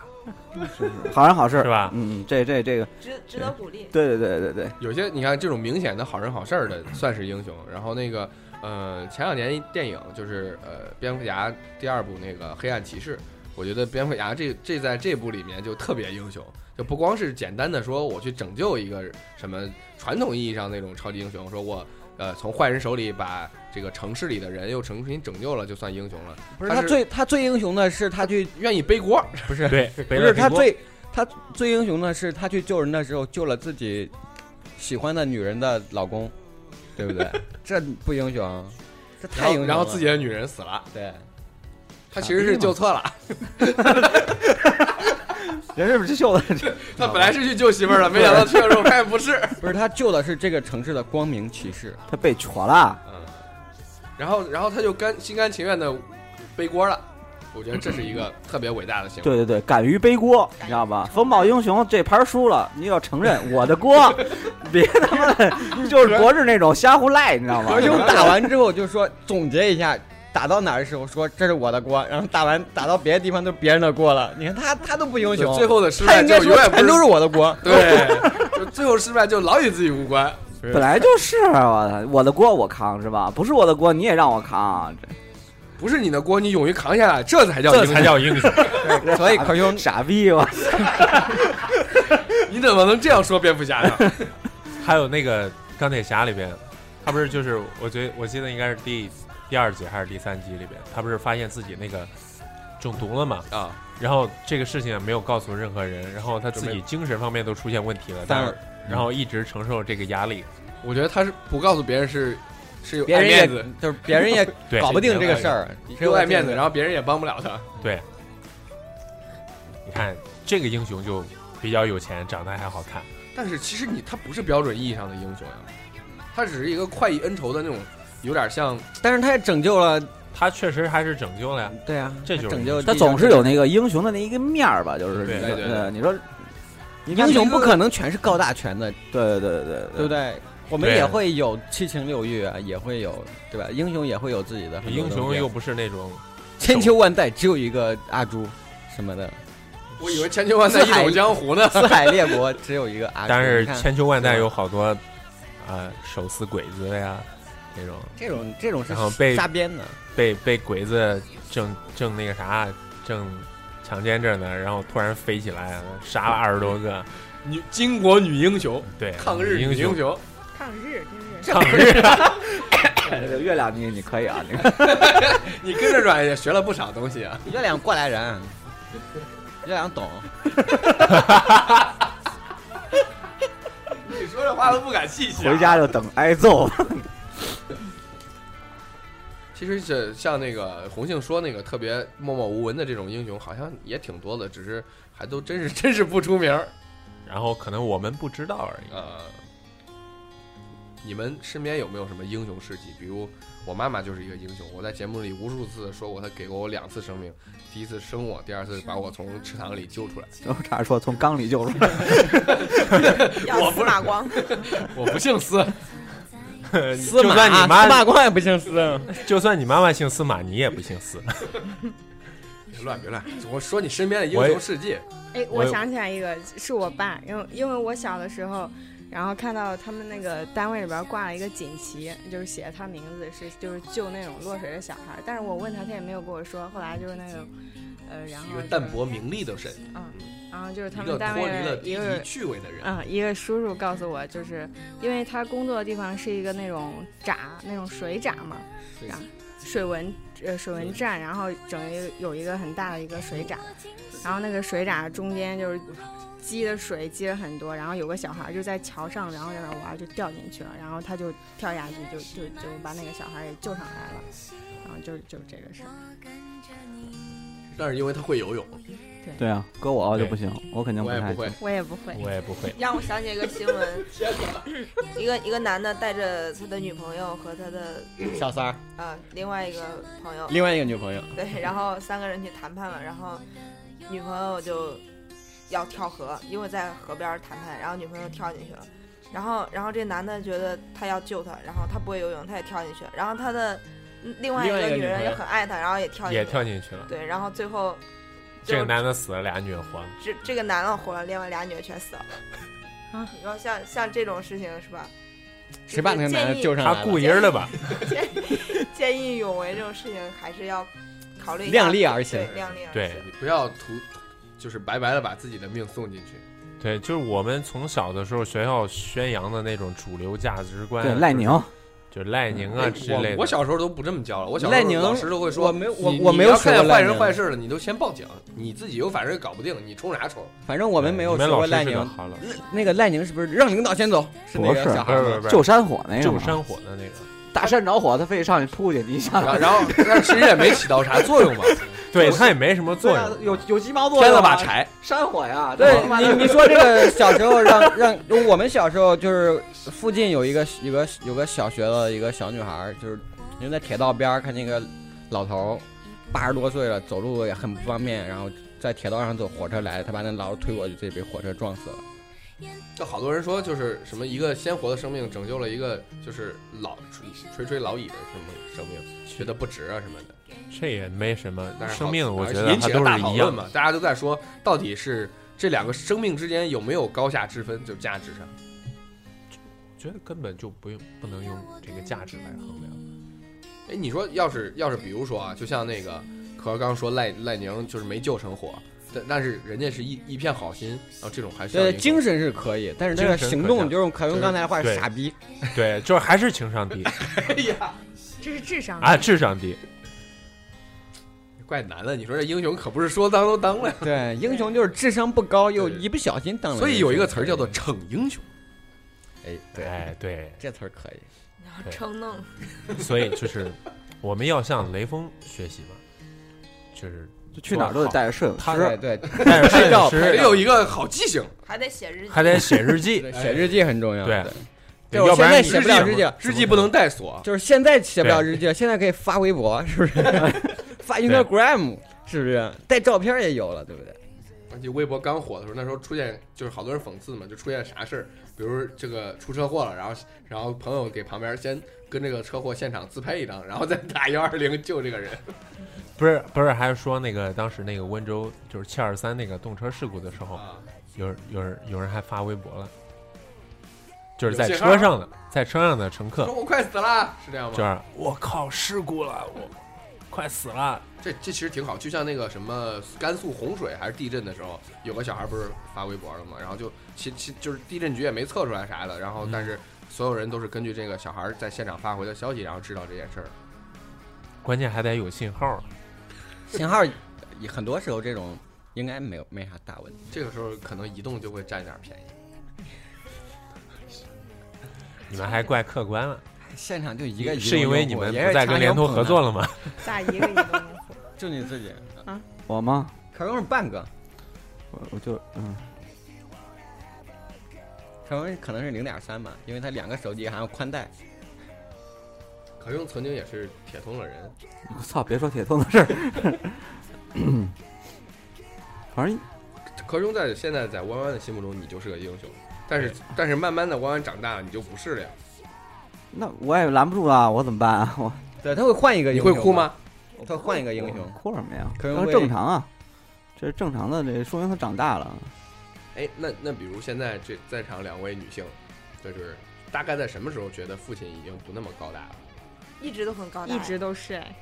Speaker 4: 好人好事
Speaker 3: 是吧
Speaker 4: 嗯，这这这个，
Speaker 2: 值值得鼓励。
Speaker 4: 对对对对对，
Speaker 1: 有些你看这种明显的好人好事儿的算是英雄。然后那个呃，前两年电影就是呃《蝙蝠侠》第二部那个《黑暗骑士》，我觉得蝙蝠侠这这在这部里面就特别英雄，就不光是简单的说我去拯救一个什么传统意义上那种超级英雄，说我。呃，从坏人手里把这个城市里的人又重新拯救了，就算英雄了。
Speaker 6: 不是
Speaker 1: 他
Speaker 6: 他
Speaker 1: 是
Speaker 6: 最他最英雄的是他去，
Speaker 1: 愿意背锅，
Speaker 6: 不是
Speaker 3: 对，
Speaker 6: 不
Speaker 3: 贝勒
Speaker 6: 是
Speaker 3: 比
Speaker 6: 他
Speaker 3: 波
Speaker 6: 最他最英雄的是他去救人的时候救了自己喜欢的女人的老公，对不对？这不英雄，这
Speaker 1: 然
Speaker 6: 太
Speaker 1: 后
Speaker 6: 英雄了。
Speaker 1: 然后自己的女人死了，
Speaker 6: 对，
Speaker 1: 他其实是救 错了，
Speaker 4: 人是不是 秀的？这
Speaker 1: 他本来是去救媳妇儿了，没想到去了之后发现不是。
Speaker 6: 不是他救的是这个城市的光明骑 士。
Speaker 4: 他被瘸了，
Speaker 1: 嗯，然后然后他就甘心甘情愿的背锅了，我觉得这是一个特别伟大的行为。
Speaker 4: 对对对，敢于背锅，你知道吧？风暴英雄这盘输了，你要承认我的 锅，别他妈的就是博士那种瞎胡赖，你知 道吗
Speaker 6: 何？兄打完之后就说总结一下，打到哪儿的时候说这是我的锅，然后打完打到别的地方都是别人的锅了。你看他他都不英雄，
Speaker 1: 最后的失
Speaker 6: 他
Speaker 1: 败
Speaker 6: 应该
Speaker 1: 就
Speaker 6: 说
Speaker 1: 永远不
Speaker 6: 全都是我的 锅。
Speaker 1: 对，就最后失败就老与自己无关。
Speaker 4: 本来就是我的我的锅我扛是吧？不是我的锅你也让我扛，
Speaker 1: 不是你的锅，你勇于扛下来，这才叫英
Speaker 3: 这才
Speaker 1: 雄。
Speaker 3: 叫英雄。
Speaker 4: 这
Speaker 6: 所以何兄
Speaker 4: 傻逼吧？
Speaker 1: 你怎么能这样说蝙蝠侠呢？
Speaker 3: 还有那个钢铁侠里边，他不是就是我觉得我记得应该是第第二集还是第三集里边，他不是发现自己那个中毒了嘛？
Speaker 1: 啊，
Speaker 3: 然后这个事情也没有告诉任何人，然后他自
Speaker 1: 准
Speaker 3: 己
Speaker 1: 备
Speaker 3: 精神方面都出现问题了，
Speaker 6: 但
Speaker 3: 但
Speaker 6: 是
Speaker 3: 是然后一直承受这个压力，
Speaker 1: 我觉得他是不告诉别人是是有
Speaker 6: 别
Speaker 1: 爱
Speaker 6: 人
Speaker 1: 面
Speaker 6: 也
Speaker 1: 子，
Speaker 6: 就是别人 也
Speaker 3: 对，
Speaker 6: 搞不定这个事儿，
Speaker 1: 又爱面子，然
Speaker 6: 后
Speaker 1: 后别人也帮不了他。
Speaker 3: 你看这个英雄就比较有钱，长得还好看，
Speaker 1: 但是其实你他不是标准意义上的英雄呀，他只是一个快意恩仇的那种，有点像
Speaker 6: 但是他也拯救了，
Speaker 3: 他确实还是拯救了呀。
Speaker 6: 对啊，
Speaker 3: 这就是
Speaker 6: 拯救
Speaker 4: 他
Speaker 6: 地球
Speaker 4: 总是有那个英雄的那一个面儿吧，就是
Speaker 3: 对
Speaker 1: 对对
Speaker 4: 呃你说你看
Speaker 6: 英雄不
Speaker 4: 一个
Speaker 6: 可能全是高大全的，
Speaker 4: 对对对对
Speaker 6: 对不对？我们
Speaker 3: 对啊
Speaker 6: 也会有七情六欲啊，也会有对吧？英雄也会有自己的很多
Speaker 3: 英
Speaker 6: 东
Speaker 3: 雄
Speaker 6: 西啊
Speaker 3: 又不是那种
Speaker 6: 千秋万代只有一个阿朱什么的，
Speaker 1: 我以为千秋万代一统江湖呢。
Speaker 6: 四海列国只有一个阿朱。
Speaker 3: 但是
Speaker 6: 你看
Speaker 3: 千秋万代
Speaker 6: 对吧
Speaker 3: 有好多，啊，手撕鬼子的呀，这种
Speaker 6: 这种这种是
Speaker 3: 然后被
Speaker 6: 瞎编的，
Speaker 3: 被被鬼子挣挣那个啥挣强奸证的，然后突然飞起来杀了二十多个，
Speaker 1: 女巾帼女英雄，
Speaker 3: 对，
Speaker 1: 抗日
Speaker 3: 英
Speaker 1: 女英
Speaker 3: 雄，
Speaker 1: 雄，
Speaker 5: 抗日真是
Speaker 3: 抗日，
Speaker 4: 对对，月亮你你可以啊，你
Speaker 1: 你跟着转也学了不少东西啊。
Speaker 6: 月亮过来人，月亮懂。
Speaker 1: 你说这话都不敢细想。
Speaker 4: 回家就等挨揍 吧。
Speaker 1: 其实这像那个红杏说那个特别默默无闻的这种英雄，好像也挺多的，只是还都真是 真是不出名儿。
Speaker 3: 然后可能我们不知道而已。
Speaker 1: 呃，你们身边有没有什么英雄事迹？比如我妈妈就是一个英雄，我在节目里无数次说过，她给过我两次生命，第一次生我，第二次把我从池塘里救出来。
Speaker 4: 我差点说从缸里救出来，
Speaker 2: 要司马光，
Speaker 1: 我不姓司，
Speaker 6: 司
Speaker 3: 就
Speaker 6: 马
Speaker 3: 算你妈
Speaker 6: 啊司马光也不姓司，
Speaker 3: 就算你妈妈姓司马，你也不姓司。
Speaker 1: 别乱别乱，我说你身边的英
Speaker 3: 我也
Speaker 1: 雄事 迹。
Speaker 5: 哎，
Speaker 3: 我
Speaker 5: 我
Speaker 3: 有
Speaker 5: 想起来一个，是我爸，因为因为我小的时候，然后看到他们那个单位里边挂了一个锦旗，就是写他名字，是就是救那种落水的小孩儿。但是我问他，他也没有跟我说。后来就是那种，呃，然后
Speaker 1: 一
Speaker 5: 就
Speaker 1: 个
Speaker 5: 是
Speaker 1: 淡泊名利的神，
Speaker 5: 然后就是他
Speaker 1: 一
Speaker 5: 们
Speaker 1: 个
Speaker 5: 单
Speaker 1: 脱
Speaker 5: 位
Speaker 1: 离了
Speaker 5: 的一
Speaker 1: 低
Speaker 5: 个
Speaker 1: 级趣味的人。
Speaker 5: 嗯，一个叔叔告诉我，就是因为他工作的地方是一个那种闸，那种水闸嘛，然后水文呃水文站，然后整一个有一个很大的一个水闸，然后那个水闸中间就是积的水积了很多，然后有个小孩儿就在桥上，然后在那玩儿就掉进去了，然后他就跳下去就就就把那个小孩儿给救上来了，然后就就这个事儿，
Speaker 1: 但是因为他会游泳，
Speaker 4: 对啊，搁我就
Speaker 3: 对
Speaker 4: 不行，我肯定
Speaker 1: 我也
Speaker 4: 太
Speaker 1: 不会
Speaker 4: 行。。
Speaker 5: 我也不会，
Speaker 3: 我也不会，
Speaker 2: 让我想起一个新闻，一个一个男的带着他的女朋友和他的
Speaker 6: 小三儿，
Speaker 2: 呃另外一个朋友，
Speaker 6: 另外一个女朋友，
Speaker 2: 对，然后三个人去谈判了，然后女朋友就要跳河，因为在河边谈判，然后女朋友跳进去了，然后然后这男的觉得他要救她，然后他不会游泳，他也跳进去，然后他的另外一
Speaker 6: 另外
Speaker 2: 个
Speaker 6: 一个
Speaker 2: 女
Speaker 6: 女
Speaker 2: 人
Speaker 6: 朋友
Speaker 2: 也很爱他，然后也跳进去，
Speaker 3: 也跳进去了。
Speaker 2: 对，然后最后就
Speaker 3: 这个男的死了，俩女的活了。
Speaker 4: 嗯
Speaker 2: 这这个男的活了，另外俩女的全死 了。
Speaker 5: 啊
Speaker 2: 你说像像这种事情是吧？
Speaker 6: 谁把那个男的救上来
Speaker 3: 他
Speaker 6: 了？
Speaker 3: 故意儿的吧？
Speaker 2: 嗯见义勇为这种事情还是要考虑一下
Speaker 6: 量力而行
Speaker 2: 对，量力而
Speaker 3: 对
Speaker 2: 行。
Speaker 1: 你不要图，就是白白的把自己的命送进去。
Speaker 3: 对，就是我们从小的时候，学校宣扬的那种主流价值观啊，
Speaker 4: 对，赖
Speaker 3: 就是
Speaker 4: 宁，
Speaker 3: 就赖宁啊之类的。
Speaker 1: 哎嗯我我小时候都不这么教了，我小
Speaker 6: 赖
Speaker 1: 时
Speaker 6: 宁
Speaker 1: 候老师都会
Speaker 6: 我
Speaker 1: 说，
Speaker 6: 没有我
Speaker 1: 你
Speaker 6: 我
Speaker 1: 你
Speaker 6: 没有
Speaker 1: 要
Speaker 6: 学
Speaker 1: 看
Speaker 6: 过
Speaker 1: 见坏
Speaker 6: 赖宁
Speaker 1: 人，坏事了，你都先报警，你自己有反正搞不定，你冲啥冲？
Speaker 6: 反正我们没有
Speaker 3: 你
Speaker 6: 学
Speaker 3: 们老
Speaker 6: 过赖
Speaker 3: 师是
Speaker 6: 宁
Speaker 3: 个。好老师，
Speaker 6: 那那个赖宁是不是让领导先走？是
Speaker 4: 不
Speaker 6: 那个
Speaker 4: 是
Speaker 1: 啊
Speaker 6: 小
Speaker 3: 不
Speaker 6: 孩
Speaker 3: 是
Speaker 6: 儿
Speaker 3: 不
Speaker 6: 吗
Speaker 3: 是不是，
Speaker 4: 救山火那个啊
Speaker 3: 救
Speaker 4: 嘛，
Speaker 3: 山火的那个，
Speaker 4: 大山着火，他非得上去扑去，你想
Speaker 1: 然
Speaker 6: 啊
Speaker 1: 后然后，但是其实也没起到啥作 用吧？
Speaker 3: 对他也没什么作
Speaker 4: 对啊
Speaker 3: 用。
Speaker 4: 有有鸡毛作用啊，
Speaker 1: 添了把柴，
Speaker 4: 山火呀，这他妈
Speaker 6: 对
Speaker 4: 的
Speaker 6: 你，你说这个小时候让让我们小时候就是附近有一个有个有个小学的一个小女孩儿，就是因为在铁道边儿看见一个老头儿，八十多岁了，走路也很不方便，然后在铁道上走，火车来，他把那老头推过去，这被火车撞死了。
Speaker 1: 就好多人说，就是什么一个鲜活的生命拯救了一个就是老垂垂垂老矣的什么生命，觉得不值啊什么的。
Speaker 3: 这也没什么
Speaker 1: 但是好
Speaker 3: 生命，我觉
Speaker 1: 而且
Speaker 3: 得
Speaker 1: 引
Speaker 3: 它
Speaker 1: 起了
Speaker 3: 都
Speaker 1: 大
Speaker 3: 是
Speaker 1: 讨
Speaker 3: 一
Speaker 1: 论
Speaker 3: 样。
Speaker 1: 嘛，大家都在说到底是这两个生命之间有没有高下之分，就价值上。
Speaker 3: 觉得根本就不用不能用这个价值来衡量。
Speaker 1: 哎，你说要是要是比如说啊，就像那个可儿刚说赖赖宁就是没救成火，但但是人家是一一片好心，然后这种还需要
Speaker 6: 对，
Speaker 1: 英雄
Speaker 6: 精神是可以，但是这个
Speaker 3: 精神
Speaker 6: 行
Speaker 3: 可
Speaker 6: 动，
Speaker 3: 以
Speaker 6: 就是凯文刚才的话，
Speaker 3: 对
Speaker 6: 傻逼。
Speaker 3: 对，就是还是情 商低
Speaker 5: 这是智商
Speaker 3: 啊，智商低。
Speaker 1: 怪难的。你说这英雄可不是说当都当了，
Speaker 6: 对，英雄就是智商不高，又
Speaker 1: 对
Speaker 6: 一不小心当了。
Speaker 1: 所以有一个词儿叫做“逞英雄
Speaker 6: 哎，对，
Speaker 3: 哎，对，
Speaker 6: 这词儿可以。
Speaker 2: 然后撑弄，
Speaker 3: 所以就是我们要向雷锋学习嘛，就是
Speaker 4: 就去哪儿都得带着摄影
Speaker 3: 他
Speaker 4: 师
Speaker 6: 对。对，
Speaker 3: 但是
Speaker 6: 拍照
Speaker 3: 摄”，
Speaker 1: 得
Speaker 3: 影师
Speaker 1: 有一个好记性。
Speaker 2: 还得写日记，
Speaker 3: 还得写日记，
Speaker 6: 对写日记很重要。
Speaker 3: 哎对
Speaker 6: 对
Speaker 3: 要
Speaker 6: 我
Speaker 3: 不
Speaker 6: 现
Speaker 3: 然
Speaker 6: 在
Speaker 3: 你
Speaker 6: 写不
Speaker 3: 日
Speaker 6: 了
Speaker 3: 记
Speaker 6: 日记了，
Speaker 1: 日记不能带锁，
Speaker 6: 就是现在写不了日记了，现在可以发微博，是不是？发 Instagram，是不是？带照片也有了，对不对？
Speaker 1: 就微博刚火的时候，那时候出现就是好多人讽刺嘛，就出现啥事儿，比如这个出车祸了，然后然后朋友给旁边先跟这个车祸现场自拍一张，然后再打幺二零救这个人。
Speaker 3: 不是不是，还是说那个当时那个温州就是七二三那个动车事故的时候，
Speaker 1: 啊，
Speaker 3: 有人有人有人还发微博了，就是在
Speaker 1: 有信号
Speaker 3: 车上的在车上的乘
Speaker 1: 说
Speaker 3: 客，
Speaker 1: 我快死了，是这样吗？
Speaker 3: 就是我靠事故了，我快死了，
Speaker 1: 这这其实挺好，就像那个什么甘肃洪水还是地震的时候，有个小孩不是发微博了吗？然后就其其就是地震局也没测出来啥的，然后
Speaker 3: 嗯
Speaker 1: 但是所有人都是根据这个小孩在现场发回的消息，然后知道这件事儿。
Speaker 3: 关键还得有信号，
Speaker 6: 信号也很多时候这种应该没有没啥大问题。
Speaker 1: 这个时候可能移动就会占点便宜。
Speaker 3: 你们还怪客观了，
Speaker 6: 现场就一个移动
Speaker 3: 是因为
Speaker 6: 用
Speaker 3: 你
Speaker 6: 户
Speaker 3: 们
Speaker 6: 也
Speaker 3: 不
Speaker 6: 是
Speaker 3: 再跟
Speaker 6: 强
Speaker 3: 联
Speaker 6: 行
Speaker 3: 通
Speaker 6: 捧
Speaker 3: 合
Speaker 6: 的
Speaker 3: 作了吗？
Speaker 5: 咋一个一个弄？
Speaker 6: 就你自己，
Speaker 4: 我吗？
Speaker 6: 可能是半个，
Speaker 4: 我我就嗯，
Speaker 6: 可能可能是零点三吧，因为它两个手机还有宽带。
Speaker 1: 可用曾经也是铁通的人，
Speaker 4: 我操，别说铁通 的事儿。反正
Speaker 1: 可用在现在在弯弯的心目中，你就是个英雄。但是但是慢慢的弯弯长大，你就不是了呀。
Speaker 4: 那我也拦不住啊，我怎么办啊？我
Speaker 6: 对，他会换一个英
Speaker 1: 你
Speaker 6: 雄。
Speaker 1: 会哭？吗？
Speaker 6: 他换一个英雄。
Speaker 4: 哭什么呀？
Speaker 6: 可能
Speaker 4: 这
Speaker 6: 会
Speaker 4: 正常啊，这是正常的，这说明他长大了。
Speaker 1: 哎，那那比如现在这在场两位女性，就是大概在什么时候觉得父亲已经不那么高大了？
Speaker 2: 一直都很高大，
Speaker 5: 一直都是哎，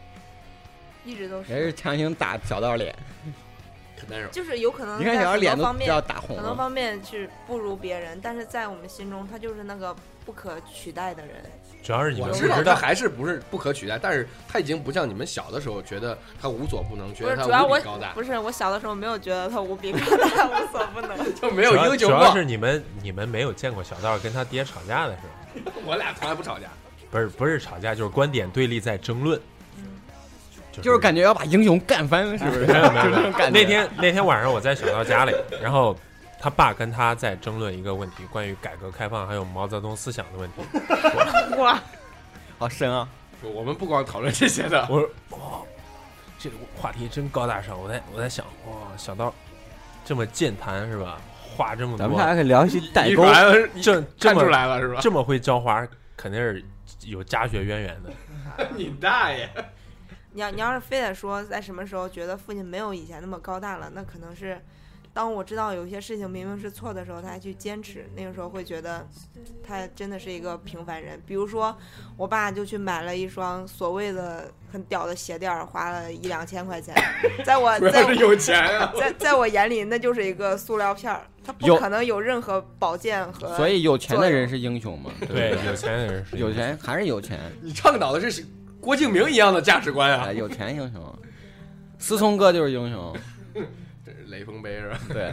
Speaker 2: 一直都
Speaker 6: 也
Speaker 2: 是，
Speaker 6: 是强行打小道脸，
Speaker 1: 很难受。
Speaker 2: 就是有可能
Speaker 6: 你看
Speaker 2: 在
Speaker 6: 小道
Speaker 2: 很多
Speaker 6: 脸都
Speaker 2: 方
Speaker 6: 都要
Speaker 2: 面，
Speaker 6: 打红
Speaker 2: 很多
Speaker 6: 了。
Speaker 2: 方面是不如别人，但是在我们心中，他就是那个不可取代的人。
Speaker 3: 主要是你
Speaker 1: 我
Speaker 3: 们不
Speaker 1: 知
Speaker 2: 知
Speaker 1: 道
Speaker 3: 知
Speaker 1: 他
Speaker 3: 道，
Speaker 1: 还是不是不可取代，但是他已经不像你们小的时候觉得他无所不能，觉
Speaker 2: 不
Speaker 1: 得
Speaker 2: 是，
Speaker 1: 他
Speaker 2: 主要
Speaker 1: 无
Speaker 2: 我
Speaker 1: 比高
Speaker 6: 啊
Speaker 1: 大，
Speaker 2: 不是我小的时候没有觉得他无比高大， 无所不能。
Speaker 1: 就没
Speaker 3: 主
Speaker 1: 有
Speaker 3: 要
Speaker 1: 英雄
Speaker 3: 主要
Speaker 1: 过。
Speaker 3: 是你们你们没有见过小道跟他爹吵架的时候，
Speaker 1: 我俩从来不吵架，
Speaker 3: 不是不是吵架，就是观点对立在争论，就
Speaker 6: 就是感觉要把英雄干翻，是不是？就
Speaker 3: 没有没有
Speaker 6: 这种感觉。
Speaker 3: 那天那天晚上我在小道家里，然后他爸跟他在争论一个问题，关于改革开放还有毛泽东思想的问题。
Speaker 5: 哇，
Speaker 6: 好深啊！
Speaker 1: 我我们不光讨论这些的。
Speaker 3: 我说哇，这个话题真高大上。我在我在想，哇，小道这么健谈是吧？话这么
Speaker 4: 咱们大家
Speaker 3: 多，
Speaker 4: 可以聊一期代
Speaker 1: 一
Speaker 4: 沟，
Speaker 1: 来了，一
Speaker 3: 这这
Speaker 1: 看出
Speaker 3: 么
Speaker 1: 来了是吧？
Speaker 3: 这么会浇花，肯定是有家学渊源的。
Speaker 1: 你大爷！
Speaker 2: 你要你要是非得说在什么时候觉得父亲没有以前那么高大了，那可能是当我知道有一些事情明明是错的时候，他还去坚持，那个时候会觉得他真的是一个平凡人。比如说，我爸就去买了一双所谓的很屌的鞋垫儿，花了一两千 块钱，在我
Speaker 1: 主
Speaker 2: 在
Speaker 1: 要
Speaker 2: 我
Speaker 1: 是有钱啊。
Speaker 2: 在在我眼里那就是一个塑料片儿，它不
Speaker 6: 有
Speaker 2: 可能有任何保健和。
Speaker 6: 所以有钱的人是英雄嘛，不
Speaker 3: 对，有钱的人是
Speaker 6: 有，钱还是有钱，
Speaker 1: 你倡导的是郭敬明一样的价值观啊
Speaker 6: 哎，！有钱英雄，思聪哥就是英 雄，
Speaker 1: 这是雷锋杯是吧？
Speaker 6: 对，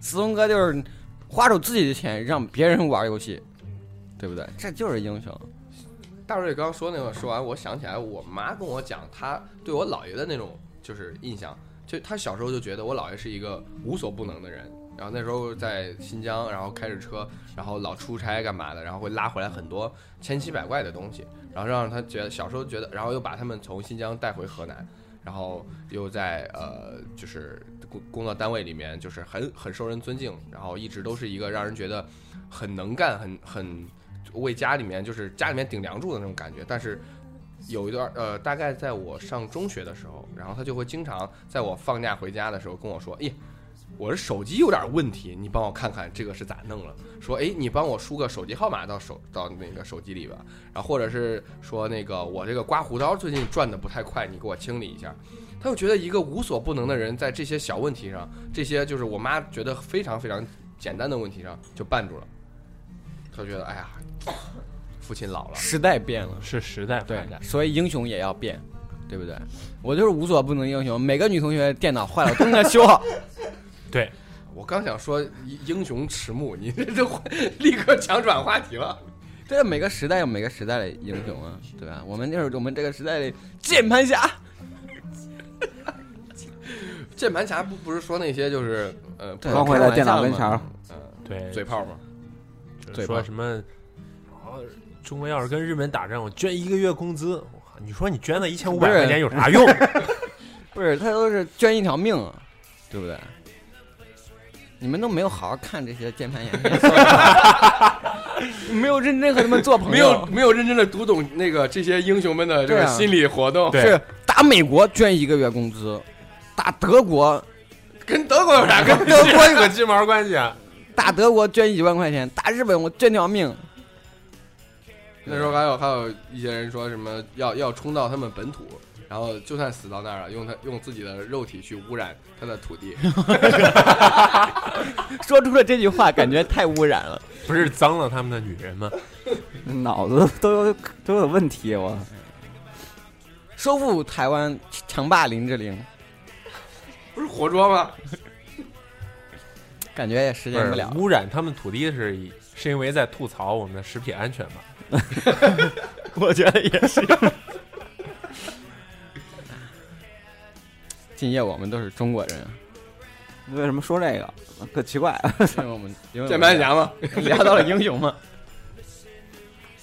Speaker 6: 思聪哥就是花出自己的钱让别人玩游戏，对不对？这就是英雄，
Speaker 1: 大瑞刚刚说那个说完，我想起来我妈跟我讲，她对我姥爷的那种就是印象，就她小时候就觉得我姥爷是一个无所不能的人。然后那时候在新疆，然后开着车，然后老出差干嘛的，然后会拉回来很多千奇百怪的东西，然后让他觉得小时候觉得，然后又把他们从新疆带回河南，然后又在呃就是工工作单位里面就是很很受人尊敬，然后一直都是一个让人觉得很能干、很很为家里面就是家里面顶梁柱的那种感觉。但是有一段呃，大概在我上中学的时候，然后他就会经常在我放假回家的时候跟我说：“哎呀，我这手机有点问题，你帮我看看这个是咋弄了。”说：“哎，你帮我输个手机号码到手到那个手机里吧。”然后或者是说那个我这个刮胡刀最近转的不太快，你给我清理一下。他就觉得一个无所不能的人，在这些小问题上，这些就是我妈觉得非常非常简单的问题上就绊住了。他觉得哎呀，父亲老了，
Speaker 6: 时代变了，
Speaker 3: 是时代发
Speaker 6: 对
Speaker 3: 展，，
Speaker 6: 所以英雄也要变，对不对？我就是无所不能英雄，每个女同学电脑坏了都能给她修 好，
Speaker 3: 对，
Speaker 1: 我刚想说英雄迟暮，你 这就立刻强转话题了。
Speaker 6: 对，啊每个时代有每个时代的英雄啊，对吧？我们就是我们这个时代的键盘侠，
Speaker 1: 键盘侠不不是说那些就是呃，
Speaker 6: 对啊
Speaker 4: 光辉
Speaker 6: 开
Speaker 4: 在
Speaker 6: 玩
Speaker 4: 电脑
Speaker 6: 笑
Speaker 4: 跟
Speaker 6: 嘛
Speaker 4: 前儿，
Speaker 1: 呃，
Speaker 3: 对，
Speaker 1: 嘴炮嘛，
Speaker 3: 就是
Speaker 6: 嘴
Speaker 3: 说
Speaker 6: 巴
Speaker 3: 什么，哦中国要是跟日本打仗，我捐一个月工资，我靠你说你捐那一千五百
Speaker 6: 不是
Speaker 3: 块钱有啥用？
Speaker 6: 不是他都是捐一条命啊，对不对？你们都没有好好看这些键盘侠， 没有认真和他们做朋
Speaker 1: 没有
Speaker 6: 友，
Speaker 1: 没有认真的读懂那个这些英雄们的这
Speaker 6: 对
Speaker 1: 个
Speaker 6: 啊
Speaker 1: 心理活动，
Speaker 3: 对
Speaker 6: 是打美国捐一个月工资，打德国
Speaker 1: 跟德国有啥关系？
Speaker 3: 跟我有个鸡毛关系啊！
Speaker 6: 打德国捐一万块钱，打日本我捐条命，
Speaker 1: 那时候还有还有一些人说什么要要冲到他们本土，然后就算死到那儿了，用他用自己的肉体去污染他的土地，
Speaker 6: 说出了这句话，感觉太污染了。
Speaker 3: 不是脏了他们的女人吗？
Speaker 4: 脑子都有都有问题，我
Speaker 6: 收复台湾，强霸林志玲，
Speaker 1: 不是活捉 吗？
Speaker 6: 感觉也实
Speaker 3: 不
Speaker 6: 现
Speaker 3: 是
Speaker 6: 不了。
Speaker 3: 污染他们土地是以是因为在吐槽我们的食品安全吧？
Speaker 6: 我觉得也 是。今夜我们都是中国人，啊
Speaker 4: 为什么说这个？可奇怪。啊
Speaker 6: 因为我们因为我们
Speaker 1: 键盘侠嘛，
Speaker 6: 聊到了英雄嘛。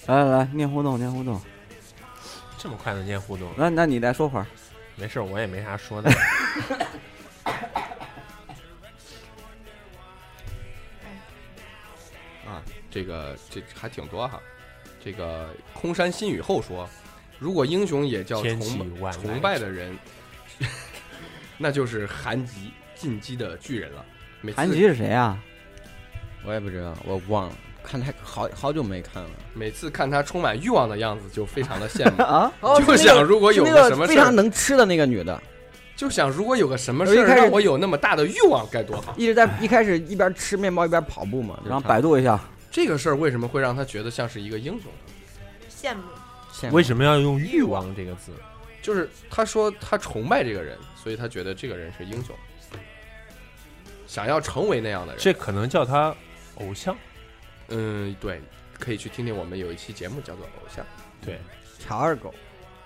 Speaker 4: 来来来，念互动，念互动。
Speaker 3: 这么快的念互动，
Speaker 4: 那那你再说会儿。
Speaker 3: 没事儿，我也没啥说的。
Speaker 1: 啊，这个这还挺多哈。这个空山新雨后说，如果英雄也叫
Speaker 3: 天气
Speaker 1: 崇
Speaker 3: 万籁
Speaker 1: 崇拜的人， 那就是韩吉进击的巨人了。每次
Speaker 4: 韩吉是谁啊？
Speaker 6: 我也不知道，我忘了，看他好好久没看了。
Speaker 1: 每次看他充满欲望的样子，就非常的羡 慕，
Speaker 4: 啊，
Speaker 1: 就想如果
Speaker 6: 哦是
Speaker 1: 有
Speaker 6: 那
Speaker 1: 个
Speaker 6: 个
Speaker 1: 什么
Speaker 6: 非
Speaker 1: 事
Speaker 6: 常
Speaker 1: 儿，
Speaker 6: 能吃的那个女的，
Speaker 1: 就想如果有个什么
Speaker 6: 我
Speaker 1: 事
Speaker 6: 一
Speaker 1: 儿
Speaker 6: 开始
Speaker 1: 让我有那么大的欲望，该多好。
Speaker 6: 一直在一开始一边吃面包一边跑步嘛，就是
Speaker 4: 然后
Speaker 6: 她
Speaker 4: 百度一下，
Speaker 1: 这个事儿为什么会让他觉得像是一个英雄？
Speaker 2: 羡慕，
Speaker 6: 羡慕
Speaker 3: 为什么要用欲望这个字？
Speaker 1: 就是他说他崇拜这个人，所以他觉得这个人是英雄，想要成为那样的人。
Speaker 3: 这可能叫他偶像。
Speaker 1: 嗯，对，可以去听听我们有一期节目叫做《偶像》。
Speaker 3: 对，
Speaker 6: 乔二狗，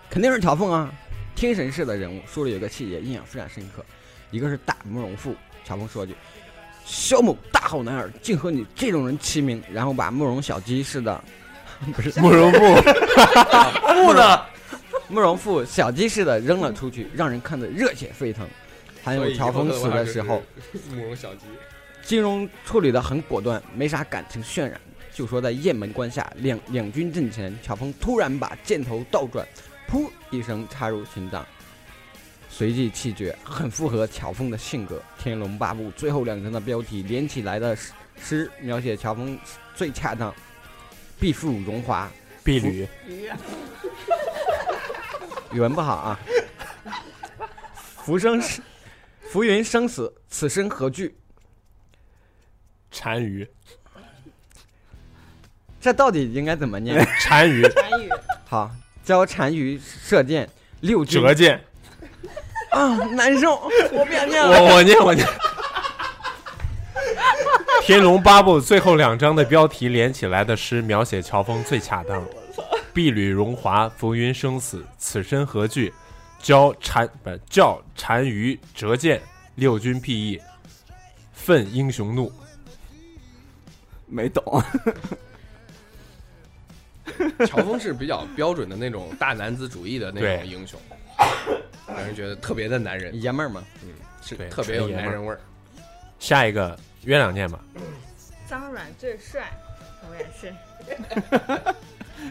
Speaker 6: 肯定是乔凤啊。天神式的人物，书里有个细节印象非常深刻，一个是大慕容复，乔峰说句：“萧某大好男儿，竟和你这种人齐名。”然后把慕容小鸡似的， 不是慕容 复，
Speaker 1: 不呢，
Speaker 6: 慕容复小鸡似的扔了出去，让人看得热血沸腾。还有乔峰死的时候，，
Speaker 1: 慕容小吉。
Speaker 6: 金融处理的很果断，没啥感情渲染。就说在雁门关下，两两军阵前，乔峰突然把箭头倒转，噗一声插入心脏，随即气绝，很符合乔峰的性格。《天龙八部》最后两章的标题连起来的诗诗描写乔峰最恰当：必复荣华。
Speaker 3: 婢女
Speaker 6: 语文不好啊。浮生是浮云生死，此生何惧？
Speaker 3: 单于
Speaker 6: 这到底应该怎么念？
Speaker 3: 单于
Speaker 5: 单于
Speaker 6: 好，教单于射箭，六军
Speaker 3: 折剑，
Speaker 6: 啊，难受，我不想念了。
Speaker 3: 我我念我念。《天龙八部》最后两章的标题连起来的诗，描写乔峰最恰当。碧缕荣华，浮云生死，此身何惧？教单不是教单于折剑，六军必役，奋英雄怒。
Speaker 4: 没懂，
Speaker 1: 乔峰是比较标准的那种大男子主义的那
Speaker 3: 对
Speaker 1: 种英雄，让人觉得特别的男人，
Speaker 6: 爷们儿嘛，
Speaker 1: 是
Speaker 3: 对
Speaker 1: 特别有男人味儿。
Speaker 3: 下一个月亮念吧，
Speaker 5: 张软最帅，我也是。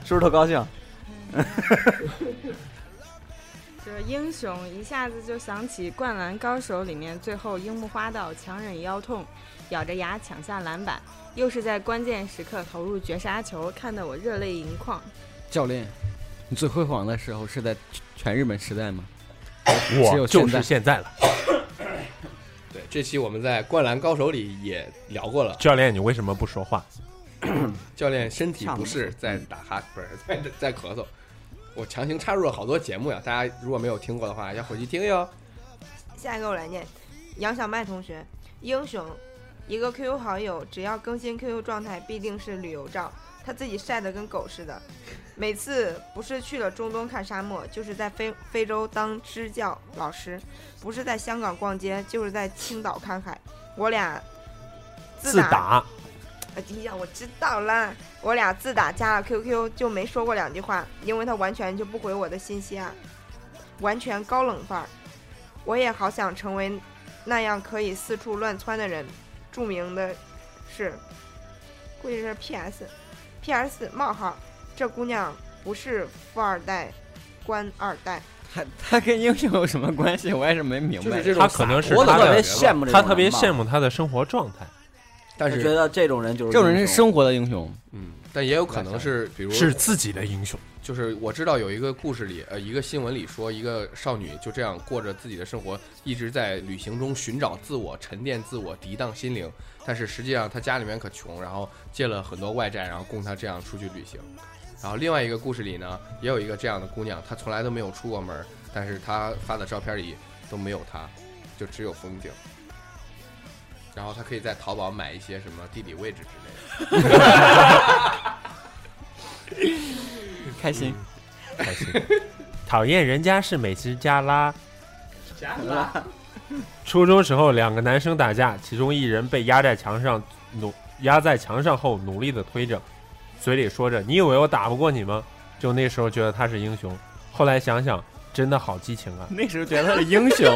Speaker 4: 是不是特高兴？
Speaker 5: 就是英雄一下子就想起《灌篮高手》里面最后樱木花道强忍腰痛，咬着牙抢下篮板，又是在关键时刻投入绝杀球，看得我热泪盈眶。
Speaker 6: 教练，你最辉煌的时候是在全日本时代吗？只
Speaker 3: 我
Speaker 6: 有
Speaker 3: 就
Speaker 6: 现在
Speaker 3: 是现在了。
Speaker 1: 对，这期我们在《灌篮高手》里也聊过了，
Speaker 3: 教练，你为什么不说话？
Speaker 1: 教练身体不适，
Speaker 4: 呛
Speaker 1: 在打哈，不是在在咳嗽。我强行插入了好多节目呀，大家如果没有听过的话，要回去听哟。
Speaker 2: 下一个我来念，杨小麦同学，英雄，一个 QQ 好友，只要更新 QQ 状态，必定是旅游照，他自己晒得跟狗似的。每次不是去了中东看沙漠，就是在非非洲当支教老师，不是在香港逛街，就是在青岛看海。我俩
Speaker 3: 自打
Speaker 2: 哎呀，我知道啦，我俩自打加了 QQ 就没说过两句话，因为他完全就不回我的信息啊，完全高冷范儿。我也好想成为那样可以四处乱窜的人。著名的是，估计是 PS，PS 冒号，这姑娘不是富二代，官二代。
Speaker 6: 他他跟英雄有什么关系？我也是没明
Speaker 1: 就
Speaker 6: 白
Speaker 1: 是。这种
Speaker 3: 他可能是
Speaker 1: 洒脱的感
Speaker 3: 他
Speaker 4: 特
Speaker 1: 觉
Speaker 4: 别
Speaker 1: 吧
Speaker 4: 羡慕这种
Speaker 3: 他
Speaker 4: 人吧，
Speaker 3: 特别羡慕他的生活状态，
Speaker 1: 但
Speaker 4: 他觉
Speaker 1: 是，
Speaker 4: 得这种人就是
Speaker 6: 这种人是
Speaker 4: 英雄
Speaker 6: 生活的英雄，
Speaker 1: 嗯，但也有可能是，比如
Speaker 3: 是自己的英雄。
Speaker 1: 就是我知道有一个故事里，呃，一个新闻里说，一个少女就这样过着自己的生活，呃一直在旅行中寻找自我、沉淀自我、涤荡心灵。但是实际上她家里面可穷，然后借了很多外债，然后供她这样出去旅行。然后另外一个故事里呢，也有一个这样的姑娘，她从来都没有出过门儿，但是她发的照片里都没有她，就只有风景。然后她可以在淘宝买一些什么地理位置之类的。
Speaker 6: 开心。
Speaker 3: 开心。 讨厌人家是美食家啦。初中时候，两个男生打架，其中一人被压在墙上，努压在墙上后努力的推着，嘴里说着“你以为我打不过你吗？”就那时候觉得他是英雄，后来想想真的好激情啊！
Speaker 6: 那时候觉得他是英雄，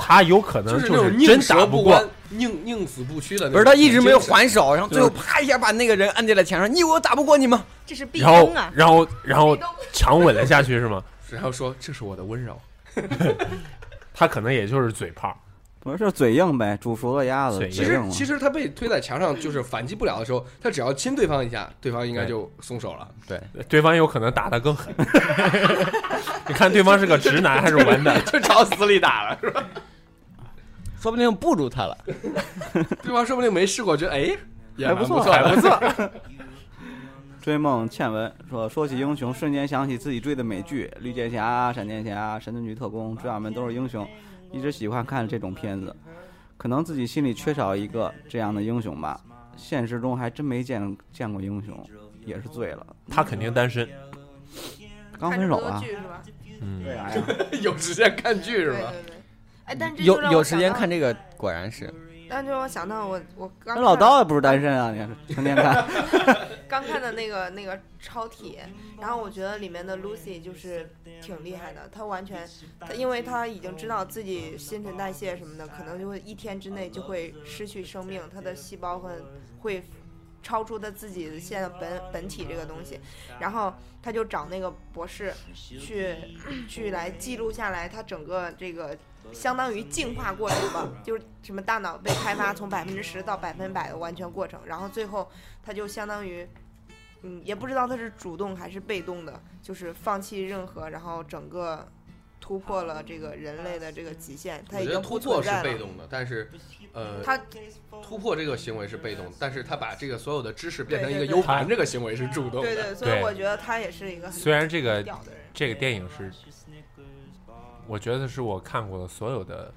Speaker 3: 他有可能
Speaker 1: 嗯就是那
Speaker 3: 是
Speaker 1: 种
Speaker 3: 真
Speaker 1: 宁
Speaker 3: 打
Speaker 1: 折
Speaker 3: 不
Speaker 1: 不
Speaker 3: 过
Speaker 1: 弯，、宁宁死不屈的那种。
Speaker 6: 不是他一直没有
Speaker 1: 精神
Speaker 6: 还手，然后最后
Speaker 1: 就
Speaker 6: 啪一下把那个人按在了墙上。你以为我打不过你吗？
Speaker 5: 这是毕
Speaker 3: 然后
Speaker 5: 恭啊！
Speaker 3: 然后然后强吻了下去是吗？
Speaker 1: 然后说这是我的温柔。
Speaker 3: 他可能也就是嘴炮，
Speaker 4: 不是就是嘴硬呗，煮熟了鸭子，
Speaker 3: 嘴硬
Speaker 1: 其
Speaker 4: 嘴
Speaker 1: 实
Speaker 4: 硬嘛
Speaker 1: 其实他被推在墙上，就是反击不了的时候，他只要亲对方一下，对方应该就松手了。
Speaker 6: 对，
Speaker 3: 对方有可能打得更狠。 你看对方是个直男还是文 男？
Speaker 1: 就朝死里打了，是吧？
Speaker 6: 说不定不如他了。
Speaker 1: 对方说不定没试过，觉得哎也
Speaker 4: 还
Speaker 1: 蛮
Speaker 4: 不
Speaker 1: 不
Speaker 4: 错
Speaker 1: 错，还不错。
Speaker 4: 追梦倩文说：“说起英雄，瞬间想起自己追的美剧《绿箭侠》《闪电侠》《神盾局特工》，这样们都是英雄，一直喜欢看这种片子。可能自己心里缺少一个这样的英雄吧。现实中还真没见见过英雄，也是醉了。
Speaker 3: 他肯定单身。
Speaker 4: 刚
Speaker 2: 看
Speaker 4: 分
Speaker 2: 这
Speaker 4: 手
Speaker 2: 么多
Speaker 4: 啊
Speaker 2: 剧，是吧？
Speaker 3: 嗯，
Speaker 4: 对啊，
Speaker 1: 有时间看剧是
Speaker 2: 对对
Speaker 1: 吧？
Speaker 2: 对。哎，但这就
Speaker 6: 有
Speaker 2: 让我
Speaker 6: 有时间
Speaker 2: 想到
Speaker 6: 看，这个，果然是
Speaker 2: 但就让我想到我我刚
Speaker 4: 那老
Speaker 2: 看了
Speaker 4: 刀也不是单身啊，你看成 天看。
Speaker 2: 刚看的那个那个超体，然后我觉得里面的 Lucy 就是挺厉害的，她完全，她因为她已经知道自己新陈代谢什么的，可能就会一天之内就会失去生命，她的细胞和会超出他自己现在本本体这个东西，然后他就找那个博士去去来记录下来他整个这个相当于进化过程吧，就是什么大脑被开发从百分之十到百分百的完全过程，然后最后他就相当于。嗯，也不知道他是主动还是被动的，就是放弃任何，然后整个突破了这个人类的这个极限，
Speaker 1: 我
Speaker 2: 他
Speaker 1: 觉
Speaker 2: 已
Speaker 1: 得
Speaker 2: 经
Speaker 1: 突
Speaker 2: 不
Speaker 1: 破
Speaker 2: 存
Speaker 1: 是
Speaker 2: 在
Speaker 1: 被
Speaker 2: 了。
Speaker 1: 动的，但是，呃，
Speaker 2: 他
Speaker 1: 突破这个行为是被动，但是他把这个所有的知识变成一个
Speaker 2: 对对对
Speaker 1: U 盘，这个行为是主动
Speaker 2: 对
Speaker 1: 的。
Speaker 2: 对，所以
Speaker 3: 对
Speaker 2: 我觉得他也是一个很
Speaker 3: 虽然这个
Speaker 2: 屌的人。
Speaker 3: 这个电影是，我觉得是我看过的所有的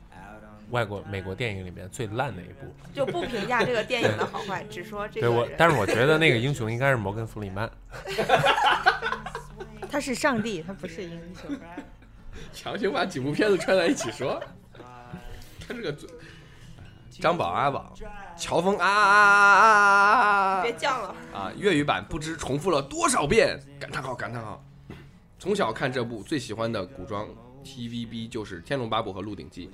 Speaker 3: 外国美国电影里面最烂的一部。
Speaker 2: 就不评价这个电影的好坏，只说嗯这个
Speaker 3: 对我，
Speaker 2: 人
Speaker 3: 但是我觉得那个英雄应该是摩根弗里曼。
Speaker 5: 他是上帝，他不是英雄。
Speaker 1: 强行把几部片子串在一起说，他这个嘴张宝阿宝，乔峰啊啊啊啊啊啊
Speaker 2: 别犟了，
Speaker 1: 啊！啊，粤语版不知重复了多少遍，感叹号感叹号。从小看这部，最喜欢的古装 TVB 就是《天龙八部》和《鹿鼎记》，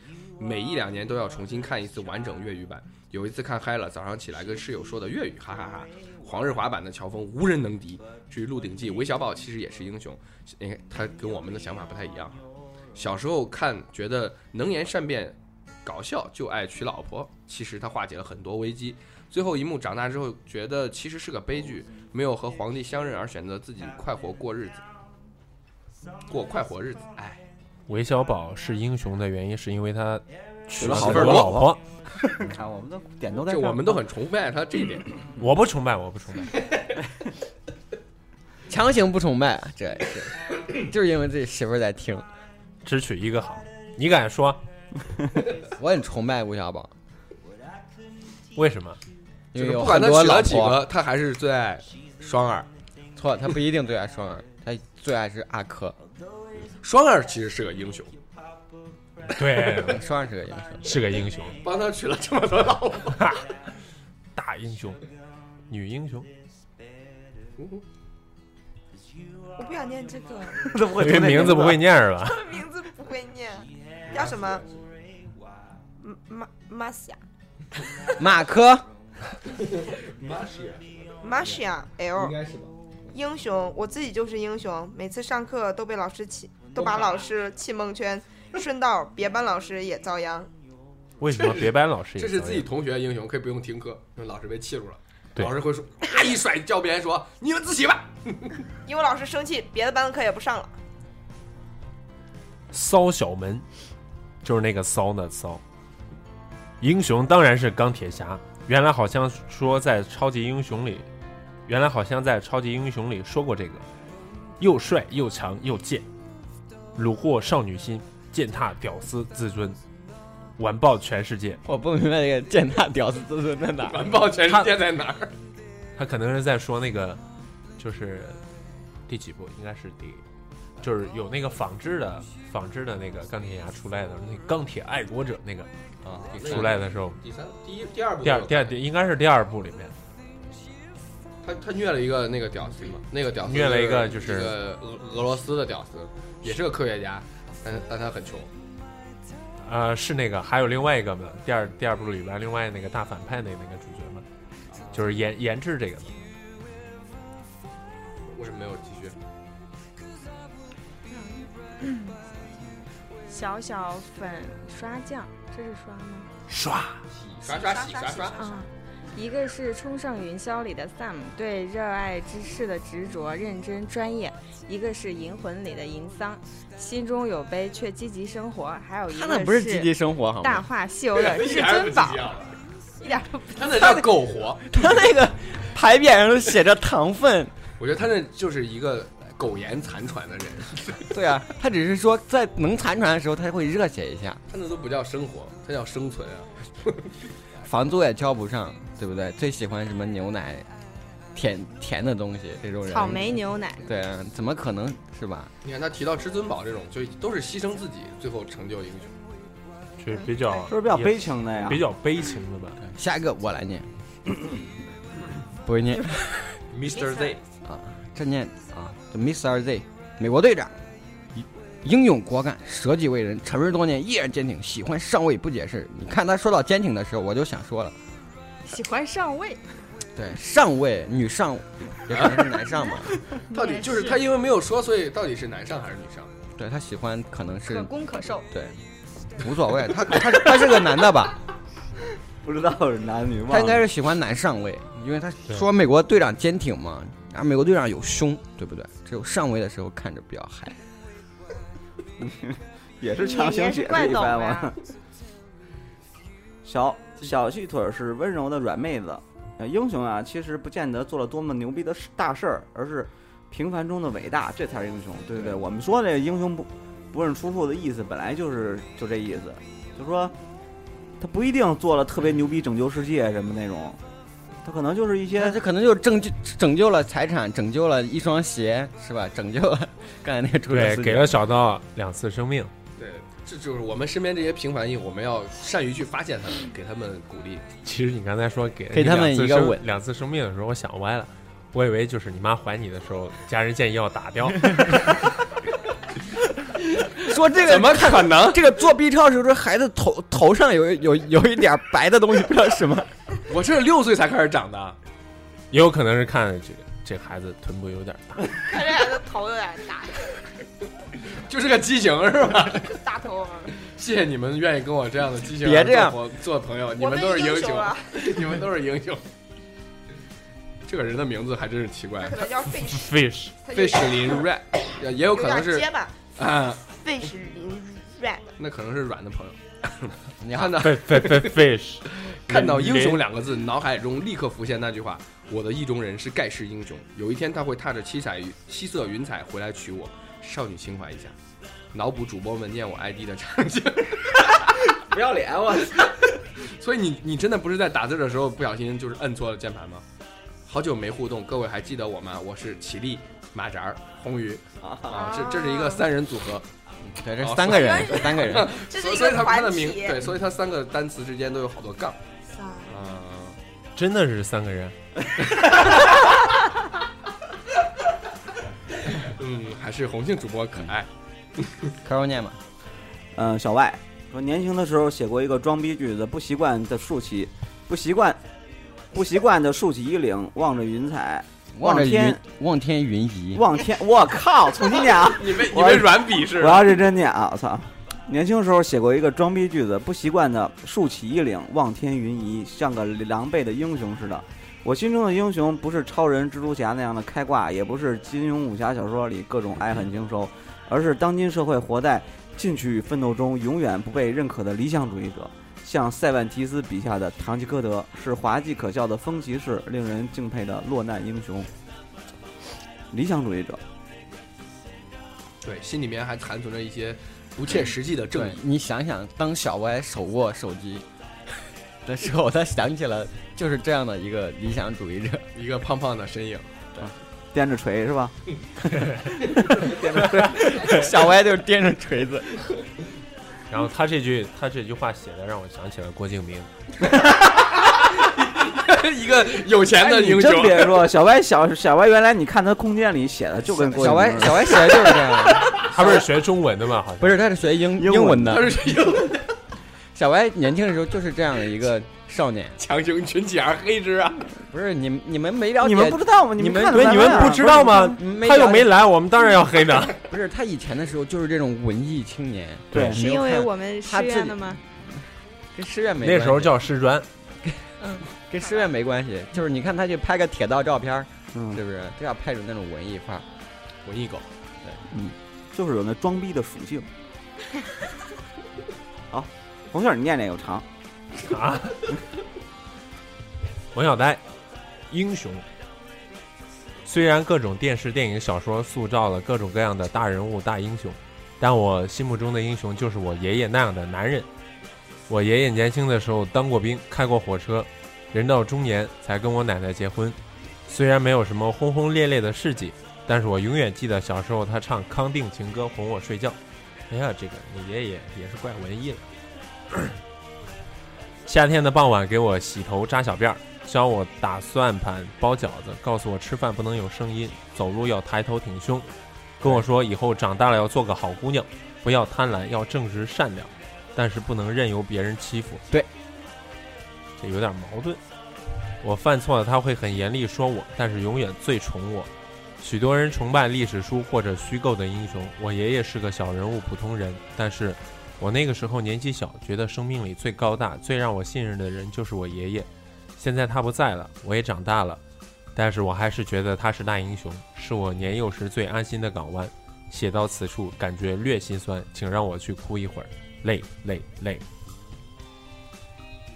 Speaker 1: 每一两年都要重新看一次完整粤语版。有一次看嗨了，早上起来跟室友说的粤语，哈哈哈黄日华版的乔峰无人能敌。至于《鹿鼎记》，韦小宝其实也是英雄，你看他跟我们的想法不太一样。小时候看觉得能言善辩、搞笑，就爱娶老婆。其实他化解了很多危机。最后一幕长大之后，觉得其实是个悲剧，没有和皇帝相认而选择自己快活过日子，过快活日子。哎，
Speaker 3: 韦小宝是英雄的原因是因为他娶
Speaker 4: 了
Speaker 3: 了
Speaker 4: 好
Speaker 3: 自个儿
Speaker 4: 多
Speaker 3: 老
Speaker 4: 老
Speaker 3: 婆。
Speaker 4: 啊，我们的点都在
Speaker 1: 就
Speaker 4: 这儿
Speaker 1: 我们都很崇拜他这一点。
Speaker 3: 我不崇拜，我不崇拜。
Speaker 6: 强行不崇拜，这也是，就是 因为自己媳妇儿在听。
Speaker 3: 只娶一个好，你敢说
Speaker 6: 我很崇拜吴小宝，
Speaker 3: 为什么？
Speaker 6: 因
Speaker 1: 就是
Speaker 6: 为有
Speaker 1: 不管他
Speaker 6: 很多
Speaker 1: 娶了
Speaker 6: 老
Speaker 1: 几
Speaker 6: 婆。
Speaker 1: 个，他还是最爱双儿。
Speaker 6: 错，他不一定最爱双儿，他最爱是阿珂。
Speaker 1: 双儿其实是个英雄，
Speaker 3: 对，
Speaker 6: 双儿是个英雄。
Speaker 3: 是个英雄，
Speaker 1: 帮他娶了这么多老婆。
Speaker 3: 大英雄，女英雄。
Speaker 2: 我不想念这个
Speaker 4: 都不会
Speaker 3: 因为
Speaker 4: 听那
Speaker 3: 名字不会
Speaker 4: 啊
Speaker 3: 念是吧？
Speaker 2: 名字不会念，叫什么？嗯马马西亚
Speaker 6: 马珂，
Speaker 2: 马西亚 L
Speaker 1: 该是吧？
Speaker 2: 英雄，我自己就是英雄，每次上课都被老师气，都把老师气蒙圈，顺道别班老师也遭殃。
Speaker 3: 为什么别班老师也
Speaker 1: 这是
Speaker 3: 遭
Speaker 1: 自己
Speaker 3: 殃
Speaker 1: 同学英雄，可以不用听课，因为老师被气住了。
Speaker 3: 对
Speaker 1: 老师会说，啪一甩，叫别人说你们自习吧。
Speaker 2: 因为老师生气，别的班的课也不上了。
Speaker 3: 骚小门，就是那个骚的骚。英雄当然是钢铁侠，原来好像说在超级英雄里，原来好像在超级英雄里说过这个，又帅又强又贱，虏获少女心，践踏屌丝自尊，完爆全世界。
Speaker 6: 我不明白这个“践踏屌丝自尊”在哪儿。
Speaker 1: 完爆全世界在哪儿？
Speaker 3: 他可能是在说那个，就是第几部，应该是第，就是有那个仿制的仿制的那个钢铁侠出来的那个钢铁爱国者那个
Speaker 1: 啊
Speaker 3: 出来的时候，
Speaker 1: 第三、第一、第二部
Speaker 3: 第二第二第应该是第二部里面，
Speaker 1: 他他虐了一个那个屌丝嘛，那个屌丝
Speaker 3: 虐了一个
Speaker 1: 就
Speaker 3: 就是是
Speaker 1: 一个俄俄罗斯的屌丝，也是个科学家，但但他很穷。
Speaker 3: 呃，是那个，还有另外一个嘛，第二第二部里边另外那个大反派那那个主角嘛，就是研研制这个的，
Speaker 1: 为什么没有继续？
Speaker 5: 小小粉刷酱，这是刷吗？
Speaker 3: 刷
Speaker 1: 刷刷洗刷刷，
Speaker 5: 啊，一个是《冲上云霄》里的 Sam 对热爱之事的执着、认真、专业；一个是《银魂》里的银桑，心中有悲却积极生活；还有一
Speaker 6: 他那
Speaker 5: 个
Speaker 6: 不是积极啊生活好
Speaker 5: 《大
Speaker 6: 吗？
Speaker 5: 话西游》的 至
Speaker 1: 还是不
Speaker 5: 尊
Speaker 1: 计
Speaker 5: 宝，
Speaker 1: 较了
Speaker 5: 一点都不
Speaker 1: 他那叫苟活，
Speaker 6: 他那个牌匾上都写着糖分。
Speaker 1: 我觉得他那就是一个苟延残喘的人，
Speaker 6: 对啊，他只是说在能残喘的时候，他会热血一下。
Speaker 1: 他那都不叫生活，他叫生存啊。
Speaker 6: 房租也交不上，对不对？最喜欢什么牛奶，甜甜的东西，这种人。
Speaker 5: 草莓。牛奶。
Speaker 6: 对啊，怎么可能是吧？
Speaker 1: 你看他提到至尊宝这种，就都是牺牲自己，最后成就英雄。
Speaker 3: 就是比较
Speaker 4: 都是比较悲情啊的呀。
Speaker 3: 比较悲情的吧，
Speaker 6: 下一个我来念，不会念
Speaker 1: Mr. Z，
Speaker 6: 啊，这念啊，这 Mr. Z，美国队长，英勇果敢，舍己为人，沉睡多年，依然坚挺，喜欢上位不解释。你看他说到坚挺的时候，我就想说了，
Speaker 5: 喜欢上位，
Speaker 6: 对，上位女上，也可能是男上吧。
Speaker 1: 到底就是他因为没有说，所以到底是男上还是女上？
Speaker 6: 对他喜欢可能
Speaker 5: 可
Speaker 6: 是
Speaker 5: 攻可受。
Speaker 6: 对，无所谓。他他他是个男的吧？
Speaker 4: 不知道是男女忘了，
Speaker 6: 他应该是喜欢男上位，因为他说美国队长坚挺嘛，然后美国队长有胸，对不对？只有上位的时候看着比较嗨。
Speaker 4: 也是
Speaker 5: 你
Speaker 4: 强行
Speaker 5: 也是
Speaker 4: 解
Speaker 5: 怪
Speaker 4: 释一
Speaker 5: 懂
Speaker 4: 番
Speaker 5: 的
Speaker 4: 嘛
Speaker 5: 呀。。
Speaker 4: 小小细腿儿是温柔的软妹子，呃英雄啊，其实不见得做了多么牛逼的事大事儿，而是平凡中的伟大，这才是英雄，对不对？我们说这个英雄不不问出处的意思，本来就是就这意思，就说他不一定做了特别牛逼拯救世界什么那种，他可能就是一
Speaker 6: 那
Speaker 4: 些
Speaker 6: 这可能就拯救拯救了财产，拯救了一双鞋，是吧？拯救了刚才那个出租
Speaker 3: 对，
Speaker 6: 司机
Speaker 3: 给了小道两次生命。
Speaker 1: 对，这就是我们身边这些平凡艺，我们要善于去发现他们，给他们鼓励。
Speaker 3: 其实你刚才说给
Speaker 6: 给他们
Speaker 3: 你两次
Speaker 6: 一个
Speaker 3: 生
Speaker 6: 吻
Speaker 3: 两次生命的时候，我想歪了，我以为就是你妈怀你的时候，家人建议要打掉。
Speaker 6: 说这个
Speaker 1: 怎么可能？
Speaker 6: 这个做 B 超的时候，这孩子头头上有有有一点白的东西，不知道是什么。
Speaker 1: 我这是六岁才开始长的，
Speaker 3: 也有可能是看这个这孩子臀部有点大，
Speaker 5: 看这孩子头有点大，
Speaker 1: 就是个畸形是吧？
Speaker 5: 大头。
Speaker 1: 谢谢你们愿意跟我这样的畸形
Speaker 6: 别这样
Speaker 1: 做朋做朋友，你
Speaker 2: 我
Speaker 1: 们都是
Speaker 2: 英
Speaker 1: 雄，
Speaker 2: 啊，
Speaker 1: 你们都是英雄。这个人的名字还真是奇怪
Speaker 2: 可能叫 fish，
Speaker 3: fish
Speaker 2: 他就
Speaker 1: 费 h 林 red，也也有可能
Speaker 2: 有
Speaker 1: 是
Speaker 2: 点结巴
Speaker 1: 啊，
Speaker 2: ，fish 林 red，
Speaker 1: 那可能是软的朋友。
Speaker 6: 你
Speaker 1: 看
Speaker 6: 看，
Speaker 1: 到
Speaker 3: fish fish fish，
Speaker 1: 看到“英雄
Speaker 3: 脸
Speaker 1: 两个字，脑海中立刻浮现那句话：“我的意中人是盖世英雄，有一天他会踏着七彩七色云彩回来娶我。”少女情怀一下， 脑补主播们念我 ID 的场 景。
Speaker 4: 不要脸我。
Speaker 1: 所以你你真的不是在打字的时候不小心就是摁错了键盘吗？好久没互动，各位还记得我吗？我是起立、马扎儿、红鱼啊，这这是一个三人组合，
Speaker 6: 对，这是三个人，这 是三个人，
Speaker 2: 这
Speaker 1: 所
Speaker 2: 是
Speaker 1: 以
Speaker 2: 一
Speaker 1: 所以
Speaker 2: 个
Speaker 1: 他他的
Speaker 2: 团
Speaker 1: 名
Speaker 2: 体。
Speaker 1: 对，所以他三个单词之间都有好多杠
Speaker 2: 啊
Speaker 1: 啊。
Speaker 3: 真的是三个人，
Speaker 1: 嗯，还是红杏主播可爱。
Speaker 6: 可肉念吧。
Speaker 4: 嗯，小外说年轻的时候写过一个装逼句子，不习惯的竖起，不习惯，不习惯的竖起衣领，望着云彩，
Speaker 6: 望着云
Speaker 4: 天，
Speaker 6: 望天云移。
Speaker 4: 望天。我靠，重新念啊！
Speaker 1: 你被你
Speaker 4: 我
Speaker 1: 被软鄙视
Speaker 4: 我
Speaker 1: 了。
Speaker 4: 要认真念啊！我操，年轻时候写过一个装逼句子，不习惯的竖起衣领，望天云移，像个狼狈的英雄似的。我心中的英雄不是超人、蜘蛛侠那样的开挂，也不是金庸武侠小说里各种爱恨情仇，而是当今社会活在进取与奋斗中永远不被认可的理想主义者。像塞万提斯笔下的堂吉诃德，是滑稽可笑的风骑士，令人敬佩的落难英雄。理想主义者，
Speaker 1: 对，心里面还残存着一些不切实际的正
Speaker 6: 对
Speaker 1: 义。
Speaker 6: 你想想，当小歪手握手机的时候，他想起了就是这样的一个理想主义者。
Speaker 1: 一个胖胖的身影，
Speaker 4: 掂着锤是吧？
Speaker 6: 小歪就是掂着锤子，
Speaker 3: 然后他这句他这句话写的让我想起了郭敬明，
Speaker 1: 一个有钱的
Speaker 4: 哎
Speaker 1: 英
Speaker 4: 你真
Speaker 1: 雄。
Speaker 4: 别说，小歪小小歪，原来你看他空间里写的就跟郭
Speaker 6: 小
Speaker 4: 敬
Speaker 6: 歪
Speaker 4: 明似的
Speaker 6: 小歪写的就是这样的，
Speaker 3: 他不是学中文的吗？好像
Speaker 6: 不是他是学英
Speaker 4: 英文
Speaker 6: 英文
Speaker 1: 他
Speaker 6: 的。
Speaker 1: 是一个
Speaker 6: 小歪年轻的时候就是这样的一个少年，
Speaker 1: 强行群起而黑之啊！
Speaker 6: 不是你们你们没了解，
Speaker 4: 你们不知道吗？
Speaker 6: 你
Speaker 4: 们
Speaker 6: 们
Speaker 4: 看
Speaker 3: 对
Speaker 4: 咱
Speaker 3: 你
Speaker 4: 们
Speaker 3: 们
Speaker 4: 啊
Speaker 3: 不知道吗？
Speaker 6: 没
Speaker 3: 他
Speaker 6: 了
Speaker 3: 又
Speaker 6: 解
Speaker 3: 没来，我们当然要黑他。
Speaker 6: 不是他以前的时候就是这种文艺青年，
Speaker 4: 对
Speaker 6: 你
Speaker 5: 是
Speaker 6: 没有
Speaker 5: 因为
Speaker 6: 看
Speaker 5: 我们
Speaker 6: 他
Speaker 5: 失
Speaker 6: 自
Speaker 5: 恋
Speaker 6: 己
Speaker 5: 了吗？
Speaker 6: 跟师院没
Speaker 3: 那时候
Speaker 6: 关系
Speaker 3: 叫师专，
Speaker 6: 跟师院没关系，就是你看他去拍个铁道照片儿，
Speaker 4: 嗯，
Speaker 6: 是不是都要拍出那种文艺范儿？
Speaker 1: 文艺狗，
Speaker 4: 就是有那装逼的属 性。好，红杏儿，你念念有长。
Speaker 3: 啊， 王小呆，英雄。虽然各种电视、电影、小说塑造了各种各样的大人物、大英雄，但我心目中的英雄就是我爷爷那样的男人。我爷爷年轻的时候当过兵，开过火车，人到中年才跟我奶奶结婚。虽然没有什么轰轰烈烈的事迹，但是我永远记得小时候他唱康定情歌哄我睡觉。哎呀，这个你爷爷也是怪文艺了。夏天的傍晚给我洗头扎小辫儿，教我打算盘、包饺子，告诉我吃饭不能有声音，走路要抬头挺胸，跟我说以后长大了要做个好姑娘，不要贪婪，要正直善良，但是不能任由别人欺负。
Speaker 6: 对，
Speaker 3: 这有点矛盾。我犯错了，他会很严厉说我，但是永远最宠我。许多人崇拜历史书或者虚构的英雄，我爷爷是个小人物、普通人，但是我那个时候年纪小，觉得生命里最高大、最让我信任的人就是我爷爷。现在他不在了，我也长大了，但是我还是觉得他是大英雄，是我年幼时最安心的港湾。写到此处，感觉略心酸，请让我去哭一会儿，累累累。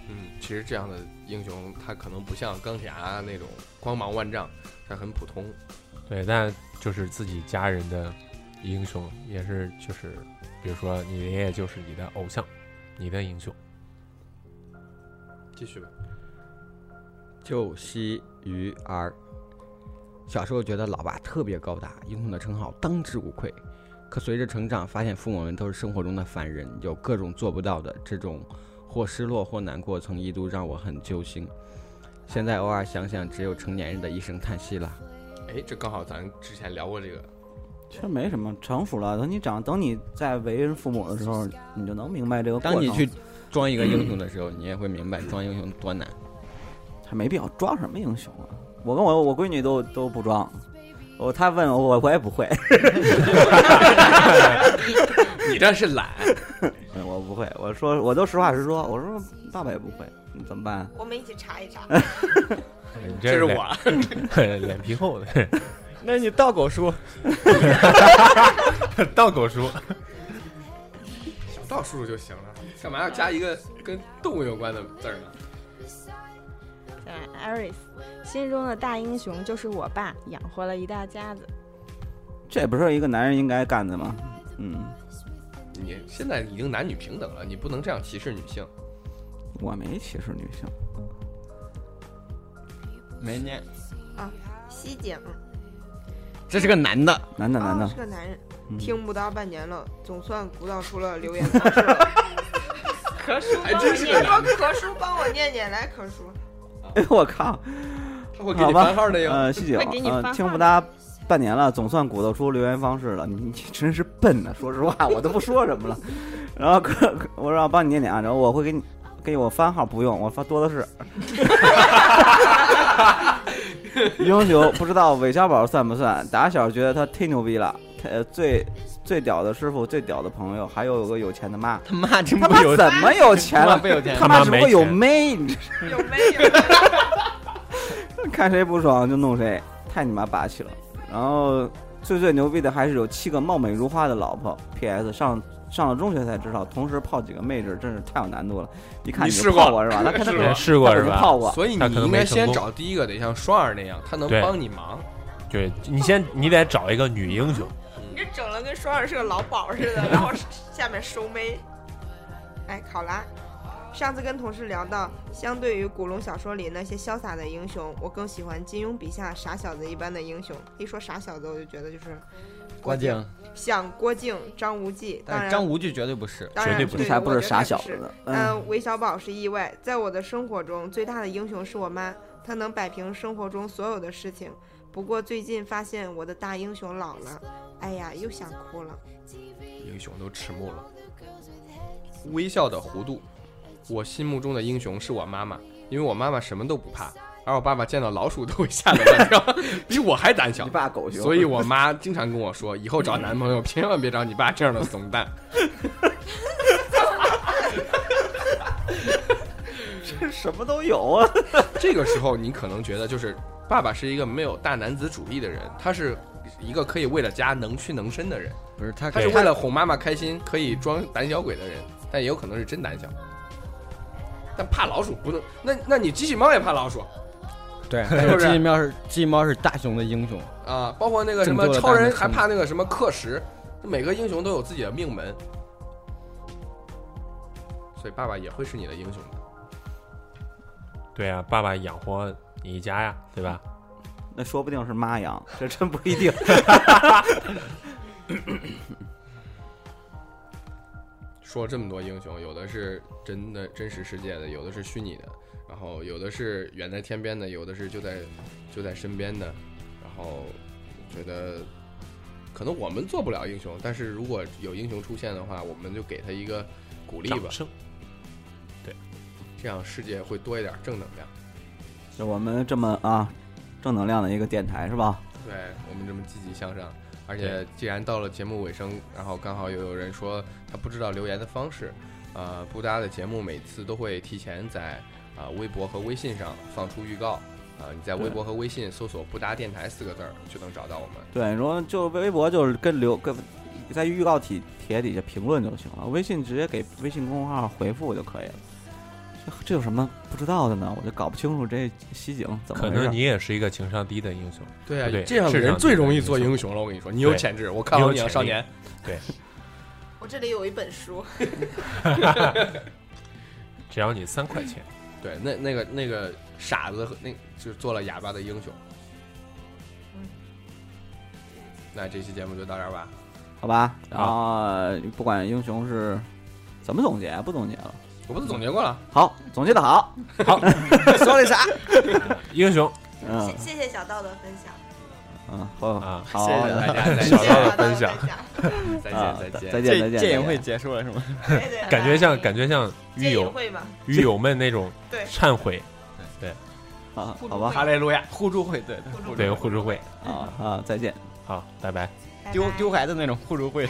Speaker 1: 嗯，其实这样的英雄，他可能不像钢铁侠那种光芒万丈，他很普通。
Speaker 3: 对，但就是自己家人的英雄，也是就是，比如说你的爷爷就是你的偶像，你的英雄。
Speaker 1: 继续吧，
Speaker 6: 就西于儿。小时候觉得老爸特别高大，英雄的称号当之无愧。可随着成长，发现父母们都是生活中的凡人，有各种做不到的。这种或失落或难过，曾一度让我很揪心。现在偶尔想想，只有成年人的一声叹息了。
Speaker 1: 哎，这刚好咱之前聊过这个，
Speaker 4: 其实没什么，成熟了。等你长，等你在为人父母的时候，你就能明白这个过
Speaker 6: 当
Speaker 4: 程。
Speaker 6: 你去装一个英雄的时候，你也会明白装英雄多难。
Speaker 4: 还没必要装什么英雄啊！我跟我我闺女都都不装，我她问我我我也不会，
Speaker 1: 你这是懒，
Speaker 4: 嗯我不会，我说我都实话实说，我说爸爸也不会，你怎么办？啊
Speaker 2: 我们一起查一查。
Speaker 1: 嗯
Speaker 3: 你
Speaker 1: 这是
Speaker 3: 脸
Speaker 1: 我
Speaker 3: 脸 皮厚的
Speaker 6: 那你倒狗叔，
Speaker 3: 倒狗叔，
Speaker 1: 小道叔叔就行了，干嘛要加一个跟动物有关的字儿呢？
Speaker 5: 艾瑞斯，呃心中的大英雄就是我爸，养活了一大家子。
Speaker 4: 这不是一个男人应该干的吗？嗯，
Speaker 1: 你现在已经男女平等了，你不能这样歧视女 性。
Speaker 4: 我没歧视女性，
Speaker 6: 没念，
Speaker 2: 西井，
Speaker 6: 这是个男的，
Speaker 4: 男的男
Speaker 2: 哦，
Speaker 5: 啊
Speaker 4: 的
Speaker 2: 是，个男人，
Speaker 4: 嗯
Speaker 2: 听不到半年了，总算鼓捣出了留言方 式了。可叔
Speaker 1: 还哎真是个
Speaker 2: 他
Speaker 1: 男
Speaker 2: 说可叔帮我念念来，可 叔，
Speaker 4: 哎我靠，
Speaker 1: 他会给你番号的哟。
Speaker 4: 呃，细井，
Speaker 5: 哎快给你
Speaker 4: 呃，
Speaker 5: 发
Speaker 4: 听
Speaker 5: 话
Speaker 4: 不搭半年了，总算鼓捣出留言方式了。你你真是笨呐！说实话，我都不说什么 了。然后可可我让帮你念念啊，然后我会给你给我番号，不用，我发多的是。英雄不知道韦小宝算不算？打小觉得他忒牛逼了，他呃最最屌的师傅，最屌的朋友，还有有个有钱的妈。
Speaker 6: 他妈真
Speaker 4: 他
Speaker 6: 不
Speaker 4: 妈
Speaker 6: 有
Speaker 4: 怎么有钱
Speaker 6: 他妈
Speaker 4: 了？
Speaker 6: 不有钱
Speaker 4: 他
Speaker 3: 妈
Speaker 4: 妈只不过
Speaker 3: 没
Speaker 4: 有
Speaker 3: 钱
Speaker 4: 妹，你
Speaker 2: 有没有？
Speaker 4: 看谁不爽就弄谁，太你妈霸气了。然后最最牛逼的还是有七个貌美如花的老婆。P.S. 上上了中学才知道，同时泡几个妹子真是太有难度了。一看
Speaker 1: 你
Speaker 4: 就
Speaker 1: 试
Speaker 4: 泡
Speaker 1: 过
Speaker 4: 过是吧？他看他
Speaker 1: 是
Speaker 4: 他
Speaker 1: 吧
Speaker 3: 也试过
Speaker 4: 肯
Speaker 3: 是
Speaker 4: 定
Speaker 3: 吧？
Speaker 4: 泡过，
Speaker 1: 所以
Speaker 3: 他
Speaker 1: 你
Speaker 3: 可能
Speaker 1: 应该
Speaker 3: 没成
Speaker 1: 先
Speaker 3: 功
Speaker 1: 找第一个得像双儿那样，他能
Speaker 3: 对
Speaker 1: 帮你忙。
Speaker 3: 对你先，你得找一个女英雄。
Speaker 2: 你这整了跟双儿是个老鸨似的，然后下面收妹。哎，考拉，上次跟同事聊到，相对于古龙小说里那些潇洒的英雄，我更喜欢金庸笔下傻小子一般的英雄。一说傻小子，我就觉得就是
Speaker 6: 郭靖，，
Speaker 2: 像郭靖、张无忌，当
Speaker 6: 但是
Speaker 2: 然
Speaker 6: 张无忌绝对不是。
Speaker 2: 当
Speaker 3: 绝
Speaker 2: 然
Speaker 3: 对不
Speaker 4: 这
Speaker 3: 是
Speaker 4: 才不
Speaker 2: 我
Speaker 4: 是
Speaker 2: 觉得
Speaker 4: 傻
Speaker 2: 他
Speaker 4: 小
Speaker 2: 不是
Speaker 4: 子呢。嗯，
Speaker 2: 嗯，韦小宝是意外，在我的生活中最大的英雄是我妈，她能摆平生活中所有的事情。不过最近发现我的大英雄老了，哎呀，又想哭了。
Speaker 1: 英雄都迟暮了。微笑的弧度，我心目中的英雄是我妈妈，因为我妈妈什么都不怕，而我爸爸见到老鼠都会吓得乱跳， 比我还胆小
Speaker 4: 你。爸狗熊，
Speaker 1: 所以我妈经常跟我说，以后找男朋友千万别找你爸这样的怂蛋。
Speaker 4: 什么都有啊。
Speaker 1: 这个时候，你可能觉得就是爸爸是一个没有大男子主义的人，他是一个可以为了家能屈能伸的人，
Speaker 6: 不是他
Speaker 1: 他
Speaker 6: 给
Speaker 1: 是为了哄妈妈开心可以装胆小鬼的人，但也有可能是真胆小。但怕老鼠不能，那那你机器猫也怕老鼠啊、
Speaker 6: 对，
Speaker 1: 是不是
Speaker 6: 机器猫是机器猫是大雄的英雄，
Speaker 1: 啊包括那个什
Speaker 6: 正
Speaker 1: 么
Speaker 6: 做了
Speaker 1: 超
Speaker 6: 大
Speaker 1: 人
Speaker 6: 男
Speaker 1: 还
Speaker 6: 生
Speaker 1: 怕那个什么克什，每个英雄都有自己的命门，所以爸爸也会是你的英雄的。
Speaker 3: 对啊，爸爸养活你一家呀，对吧？
Speaker 4: 那说不定是妈养，这真不一定。
Speaker 1: 说了这么多英雄，有的是真的真实世界的，有的是虚拟的，然后有的是远在天边的，有的是就在就在身边的。然后我觉得，可能我们做不了英雄，但是如果有英雄出现的话，我们就给他一个鼓励吧
Speaker 3: 掌，声。
Speaker 1: 这样世界会多一点正能量。
Speaker 4: 就我们这么啊，正能量的一个电台是吧？
Speaker 1: 对我们这么积极向上。而且既然到了节目尾声，然后刚好又有人说他不知道留言的方式，呃，布达的节目每次都会提前在啊、呃微博和微信上放出预告，啊、你在微博和微信搜索“布达电台”四个字儿就能找到我们。
Speaker 4: 对，你说就微博就是跟留跟在预告帖帖底下评论就行了，微信直接给微信公众号回复就可以了。这这有什么不知道的呢？我就搞不清楚这西景怎么
Speaker 3: 可
Speaker 4: 回事。
Speaker 3: 能你也是一个情商低的英雄，
Speaker 1: 对啊，
Speaker 3: 不对
Speaker 1: 这样的
Speaker 3: 智
Speaker 1: 人
Speaker 3: 商
Speaker 1: 最容易
Speaker 3: 低的
Speaker 1: 做
Speaker 3: 英雄
Speaker 1: 英雄了。我跟你说，你有
Speaker 3: 对
Speaker 1: 潜质，我看好
Speaker 3: 你有
Speaker 1: 你要
Speaker 3: 潜
Speaker 1: 少
Speaker 3: 力
Speaker 1: 年。
Speaker 2: 我这里有一本书，
Speaker 3: 只要你三块钱。
Speaker 1: 对，那那个那个傻子和那就是做了哑巴的英雄。那这期节目就到这儿吧。
Speaker 4: 好吧？然后不管英雄是怎么总结，不总结了。
Speaker 1: 我不是总结过了，
Speaker 4: 好，总结的好，
Speaker 6: 说了啥？
Speaker 3: 英雄
Speaker 4: 嗯
Speaker 2: 谢谢谢小道的分享，
Speaker 4: 嗯，好，
Speaker 3: 啊，
Speaker 4: 好，
Speaker 1: 谢谢大家，再
Speaker 3: 小
Speaker 1: 见，
Speaker 3: 道的分享
Speaker 2: 谢谢小道的
Speaker 1: 再
Speaker 4: 啊
Speaker 1: 见，再见
Speaker 4: 再。见，再
Speaker 6: 这
Speaker 4: 见，
Speaker 6: 电
Speaker 4: 再
Speaker 6: 影会
Speaker 4: 见。
Speaker 6: 结束了是吗？
Speaker 2: 分享，对对
Speaker 3: 感觉像感觉像
Speaker 2: 见
Speaker 3: 狱
Speaker 2: 友
Speaker 3: 友
Speaker 2: 会嘛，
Speaker 3: 狱友们那种
Speaker 2: 对
Speaker 3: 忏悔，
Speaker 4: 好，
Speaker 2: 互助
Speaker 4: 好吧，
Speaker 2: 会
Speaker 6: 哈利路亚，互助会，对，
Speaker 2: 互助
Speaker 3: 对互助会。
Speaker 4: 啊啊，再见。
Speaker 3: 好，拜拜。
Speaker 2: 拜拜
Speaker 6: 丢丢孩子那种互助会。